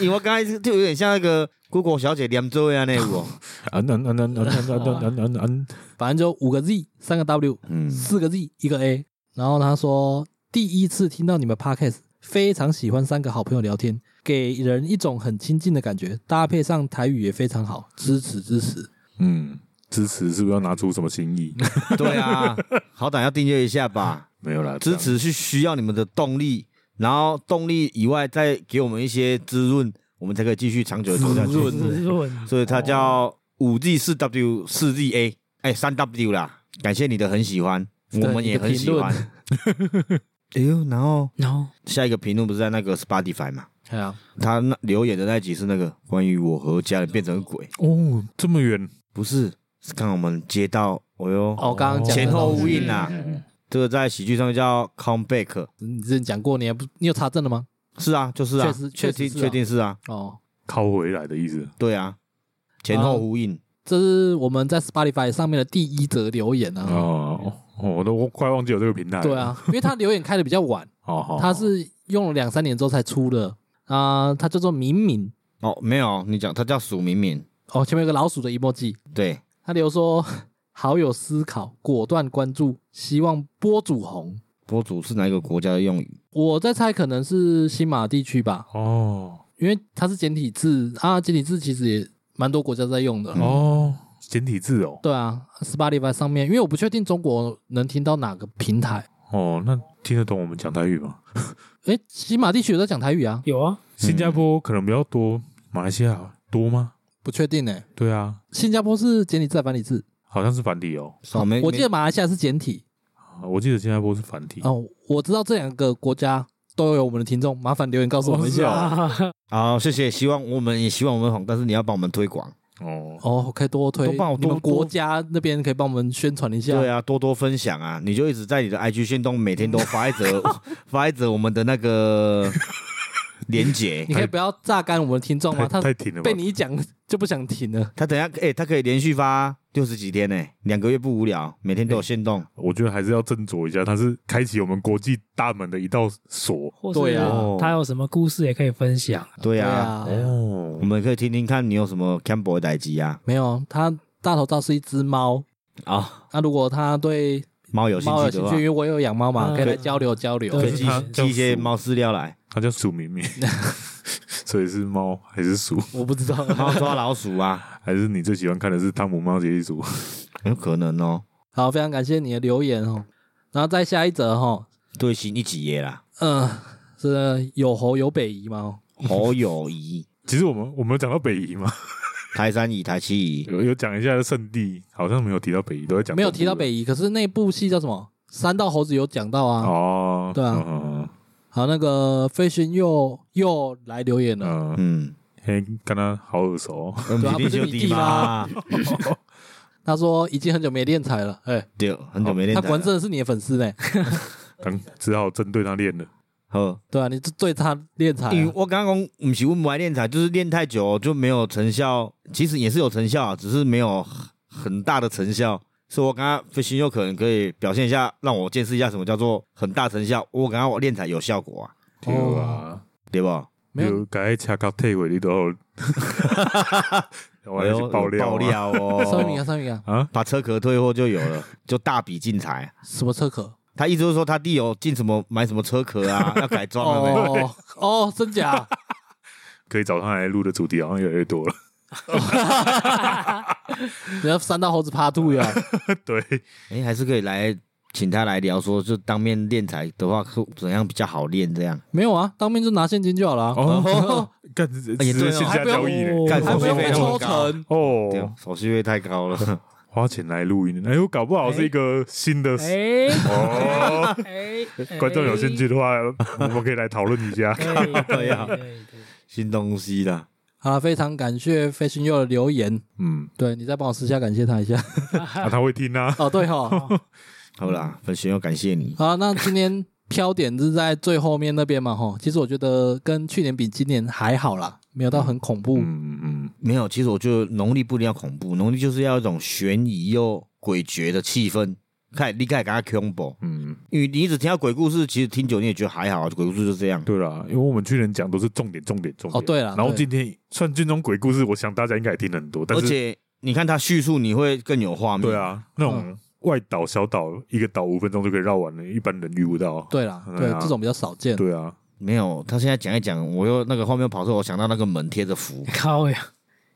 C: 因为我刚才就有点像那个 Google 小姐念做呀那哦有，
B: 嗯嗯嗯嗯嗯嗯嗯嗯嗯，
A: 反正就五个 Z，三个 W，
C: 嗯，
A: 四个 Z 一个 A，然后他说第一次听到你们 podcast，非常喜欢三个好朋友聊天，给人一种很亲近的感觉，搭配上台语也非常好，支持支持。
B: 嗯，支持是不是要拿出什么新 意？
C: 对啊，好歹要订阅一下吧。
B: 没有啦，
C: 支持是需要你们的动力，然后动力以外再给我们一些滋润，我们才可以继续长久的走下去。
B: 欸
D: 是论
C: 所以它叫五 G 四 W 四 G A，哎，三 W 啦。感谢你的很喜欢，我们也很喜欢。 哎呦，然后
D: 然后
C: 下一个评论不是在那个 Spotify 嘛？
A: 对啊，
C: 他那留言的那集是那个关于我和家人变成鬼，
B: 这样哦，这么远，
C: 不是是看我们接到，哦哟，
A: 哦，刚刚讲的
C: 前后
A: 东西
C: 呼应啊
B: 嗯
C: 这个在喜剧上面叫 comeback，
A: 你之前讲过，你还不你有查证了吗？
C: 是啊，就是啊
A: 确实，
C: 确
A: 确
C: 定
A: 实是啊
C: 确定是啊，
A: 哦，
B: 靠回来的意思。
C: 对啊，前后呼应。
A: 这是我们在 Spotify 上面的第一则留言啊。
B: 哦，哦我都快忘记有这个平台。
A: 对， 啊，因为他留言开的比较晚，
B: 哦好，
A: 他是用了两三年之后才出的啊，他叫做敏敏
C: 哦，没有，你讲他叫鼠敏敏，
A: 哦，前面有个老鼠的 emoji，
C: 对，
A: 他留说 好有思考，果断关注，希望播主红。
C: 博主是哪一个国家的用语？
A: 我在猜可能是新马地区吧，
B: 哦
A: 因为它是简体字啊，简体字其实也蛮多国家在用的。
B: 哦，简体字哦，
A: 对啊，Spotify 上面，因为我不确定中国能听到哪个平台。
B: 哦，那听得懂我们讲台语吗？
A: 哎，西马地区有在讲台语啊？
D: 有啊，
B: 新加坡可能比较多，马来西亚多吗？
A: 不确定呢。
B: 对啊，
A: 新加坡是简体字还是繁体字？
B: 好像是繁体哦，
C: 哦，没，
A: 啊我记得马来西亚是简体。
B: 我记得新加坡是繁体。
A: 哦，我知道这两个国家都有我们的听众，麻烦留言告诉我们一
B: 有
A: 下。
D: 啊，
C: 好，谢谢，希望我们也希望我们红，但是你要帮我们推广，
B: 哦，
A: 哦，可以多推，
C: 都帮我
A: 你们
C: 多多
A: 国家那边可以帮我们宣传一下。
C: 对啊，多多分享啊，你就一直在你的 IG 线动，每天都发 一则发一则我们的那个连结
A: 你，可以不要榨干我们的听众吗？啊他
B: 太太挺了吧
A: 被？你一讲就不想停了。
C: 他等一下哎、他可以连续发六十几天呢、两个月不无聊，每天都有线
A: 啊
C: 动，
B: 我觉得还是要斟酌一下，它是开启我们国际大门的一道锁。
D: 或
A: 对
D: 是
A: 啊
D: 他有什么故事也可以分享。
C: 对
A: 对
C: 啊，
A: 啊，
B: 哦
C: 我，们可以听听看你有什么 Campbell 的代机啊，
A: 没有，他大头照是一只猫。
C: 啊、
A: 那如果他对
C: 猫有兴
A: 哦猫有
C: 趣
A: 兴
C: 的话
A: 趣，因，为我有养猫嘛，
D: 嗯
A: 可以来交流交流。
C: 可
D: 对
C: 以寄
B: 可是它
C: 寄一些
B: 叫鼠
C: 猫饲料来，
B: 它叫鼠 明明，所以是猫还是鼠？
A: 我不知道，
C: 猫抓老鼠啊，
B: 还是你最喜欢看的是《汤姆猫杰一鼠》？
C: 有可能哦，
A: 好，非常感谢你的留言哦。然后再下一则哈，
C: 对新一集耶啦，
A: 嗯、是有侯有北移嘛？哦
C: 侯友谊、
B: 其实我们我们有讲到北移 嘛，
C: 台山乙、台七乙，
B: 有有讲一下圣地，好像没有提到北移，都在讲
A: 没有
B: 东部
A: 提到
B: 的
A: 北移，可是那部戏叫什么？三道猴子有讲到啊。
B: 哦，
A: 对啊
B: 嗯
A: 好，那个飞行又又来留言了，
B: 嗯，嗯
C: 嗯，
B: 嘿，跟他好耳熟哦，
C: 我们
A: 啊
C: 弟
A: 不
C: 弟
A: 是
C: 就
A: 你
C: 弟
A: 弟
C: 嘛
A: 吗， 他说已经很久没练才了，哎、
C: 对，很久没练
A: 他
C: 台
A: 果然
C: 了。
A: 真的是你的粉丝呢、
B: 刚只好针对他练了。
C: 好，
A: 对啊，你就对他练才、
C: 因为
A: 啊，
C: 我刚刚讲不是我们爱练才，就是练太久就没有成效，其实也是有成效，啊只是没有很大的成效。所以我刚刚飞行有可能可以表现一下，让我见识一下什么叫做很大成效。我刚刚我练才有效果啊，
B: 对啊，
C: 对不？
A: 哦没有
B: 有该恰到退回你都有，我要
C: 哎呦
B: 去
C: 有
B: 爆料啊
C: 爆料
A: 三明啊，
C: 哦，
A: 三明啊，
B: 啊！
C: 把车壳退货就有了，就大笔进财。
A: 什么车壳？
C: 他意思就是说他弟有进什么买什么车壳 啊，要改装了没？
A: 哦哦，真 假？
B: 可以找他来录的主题好像越来越多了。
A: 人家三道猴子啊趴兔呀，
B: 对，
C: 哎、还是可以来请他来聊说，就当面练才的话，可怎样比较好练？这样
A: 没有啊，当面就拿现金就好了、啊。
B: 哦， 干直
C: 哎也
B: 接
C: 对哦
B: 线下交易呢，
C: 干
A: 还
C: 手
A: 不
C: 续
A: 用
C: 费
A: 被
C: 那
A: 抽
C: 么高，
A: 成，
C: 对哦
B: 哦，，
C: 手续费太高了。
B: 花钱来录音，哎呦，搞不好是一个新的
D: 哎
B: 哦。
D: 哎，哎
B: 观众有兴趣，的话，我们可以来讨论一下。
D: 对
C: 呀
D: 呀，
C: 新东西啦，
A: 好，非常感谢飞行佑的留言，
B: 嗯，
A: 对你再帮我私下感谢他一下。
B: 啊，他会听啊。
A: 哦，对哈，
C: 好啦，粉熊要感谢你。
A: 好，那今天飘点是在最后面那边嘛，哈，其实我觉得跟去年比，今年还好啦，没有到很恐怖。
B: 嗯嗯
C: 没有，其实我觉得农历不一定要恐怖，农历就是要一种悬疑又诡谲的气氛。看，你看，给他 combo，
B: 嗯，
C: 因为你一直听到鬼故事，其实听久你也觉得还好，鬼故事就这样。
B: 对啦，因为我们去年讲都是重点，重点，重点。
A: 哦对啦
B: 然后
A: 对
B: 今天算军中鬼故事，我想大家应该也听很多，但
C: 而
B: 是
C: 且你看他叙述，你会更有画面。
B: 对，啊，那种外岛、小岛，一个岛五分钟就可以绕完了，一般人遇不到。
A: 对啦，
B: 嗯
A: 对
B: 啊，
A: 这种比较少见。
B: 对啊，
C: 没有，他现在讲一讲，我又那个画面跑出来，我想到那个门贴着符，
D: 靠呀！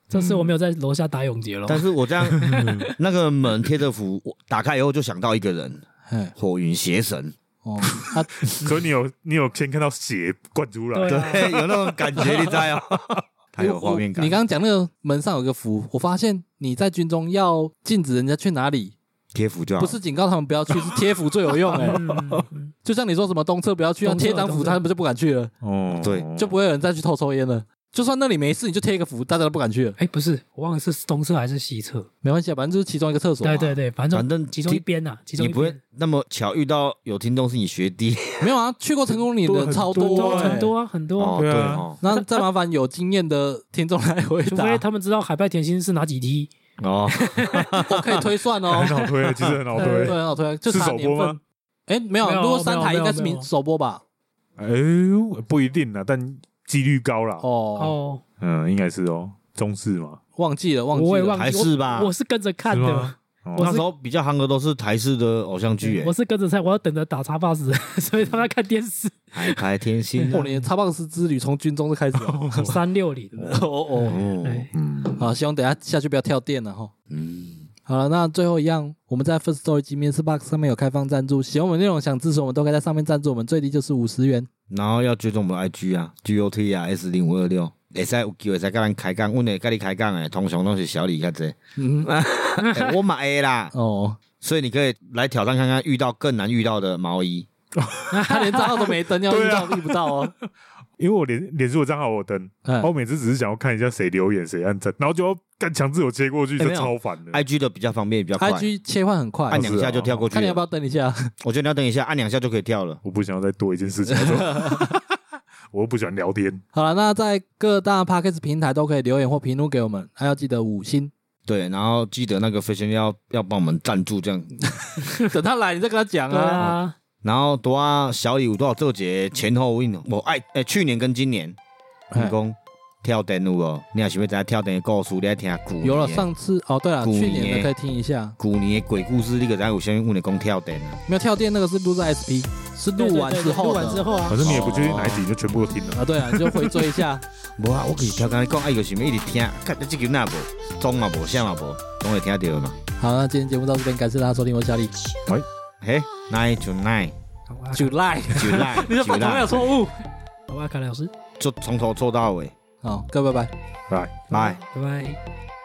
D: 这次我没有在楼下打永劫了，
C: 但是我这 样嗯那个门贴着符，我打开以后就想到一个人，
A: 嘿，
C: 火云邪神，
A: 哦，他
B: 可你有你有先看到血灌出来，
D: 对啊
C: 对，有那种感觉，你在哦， 太有画面感。
A: 你刚刚讲那个门上有个符，我发现你在军中要禁止人家去哪里，
C: 贴符就好，
A: 不是警告他们不要去，是贴符最有用哎、
D: 嗯嗯嗯
A: 就像你说什么东侧不要去，啊，
D: 东侧
A: 贴张符
D: 东侧
A: 他们就不敢去了，
B: 哦，
C: 对
A: 就不会有人再去偷抽烟了。就算那里没事，你就贴一个符，大家都不敢去了。
D: 哎，不是，我忘了是东侧还是西侧。
A: 没关系啊，反正就是其中一个厕所嘛。
D: 对对对，反正
C: 反正
D: 其中一边呐，其中
C: 你
D: 一
C: 不会
D: 边
C: 那么巧遇到有听众是你学弟
A: 没有啊，去过成功岭的人超
B: 多
A: 多、欸哎
B: 对
D: 很。多啊，很多啊。
C: 对
B: 对啊
C: 哦
A: 那再麻烦有经验的听众来回
D: 除
A: 答
D: 非，他们知道海派甜心是哪几梯，
C: 哦，
A: 我可以推算哦
B: 哎 很。好推，啊其实很好
A: 对，
B: 推。
A: 很好推，就是查
B: 首
A: 年
B: 播
A: 份
B: 吗。？
A: 哎，没有，
D: 没有
A: 如果三台应该是
D: 没有没
A: 明
D: 有
A: 首播吧？
B: 哎呦，不一定啦，啊但几率高啦。
A: 哦，
D: 哦，
B: 嗯，应该是哦，中式嘛。
A: 忘记了，忘记了。
D: 我也忘
C: 还
D: 记，
C: 是吧
D: 我我是跟着看
B: 是
D: 的
B: 吗，哦
D: 我
C: 那
D: 是
C: 时候比较夯的都是台式的偶像剧，
D: 我
C: 哎，
D: 是跟着看，我要等着打叉 bus，所以 他们要看电视。
C: 海派 天心啊
A: 我，的叉棒斯之旅从军中就开始 了。
D: 三六零，
A: 哦哦，
C: 哦，
D: 哎，
B: 嗯，
A: 好，希望等一下下去不要跳电了哈。
C: 嗯，
A: 好了，那最后一样，我们在 First Story 及 Mr. Box 上面有开放赞助，喜欢我们内容想支持我们，都可以在上面赞助，我们最低就是五十元。
C: 然后要追踪我们的 IG 啊，GOT 啊，S 零五二六，会使有机会使甲咱开讲，阮会甲你开讲诶，通常拢是小李较 济，
A: 嗯，
C: 欸我嘛会啦，
A: 哦，
C: 所以你可以来挑战看看，遇到更难遇到的毛衣，
A: 他连账号都没登，要遇
B: 对
A: 到
B: 啊
A: 遇不到哦。
B: 因为我脸脸书的账号我有登，
A: 嗯
B: 然后我每次只是想要看一下谁留言谁按赞，然后就要干强制我切过去，
C: 哎
B: 这
C: 没有
B: 超烦的。
C: IG 的比较方便，比较快，
A: IG 切换很快
C: 按，两下就跳过去
A: 啊看你要不
C: 了。
A: 要等一下。
C: 我觉得你要等一下，按两下就可以跳了。
B: 我不想要再多一件事情做， 我又不喜欢聊天。
A: 好了，那在各大 Podcast 平台都可以留言或评论给我们，还要记得五星。
C: 对，然后记得那个飞行要要帮我们赞助这样，
A: 等他来，你再跟他讲
D: 对
A: 啊。
D: 啊，
C: 然后多啊小礼物多少做节前后运，我爱诶去年跟今年，
A: 哎
C: 你讲跳灯有无？你也想要知道跳灯的故事，你爱听古
A: 有了
C: 年的
A: 上次哦，对了，
C: 古
A: 去年的
C: 年
A: 可以听一下。
C: 古年的鬼故事，你个在有啥物问你讲跳灯啊？
A: 没有跳电那个是录在 SP，是
D: 对
A: 录完之后
D: 对对录
A: 的
D: 完之后啊
B: 反，正你也不确定哪一集，你就全部都听了。
A: 啊，对啊，你就回追一 下。
C: 无啊，我就是跳跟你讲，哎，有想要一直听，看你这个那无，中嘛无，啥嘛无，总会听到嘛。
A: 好，那今天节目到这边，感谢大家收听，我是小李。
C: 嘿，nine to nine
D: 好啊
A: July，
C: to nine，
A: 你就犯同样的错误。
D: 好啊，卡老师，
C: 就从头做到尾，
A: 好，各位拜拜。
B: 来。
C: 拜。
D: 拜拜。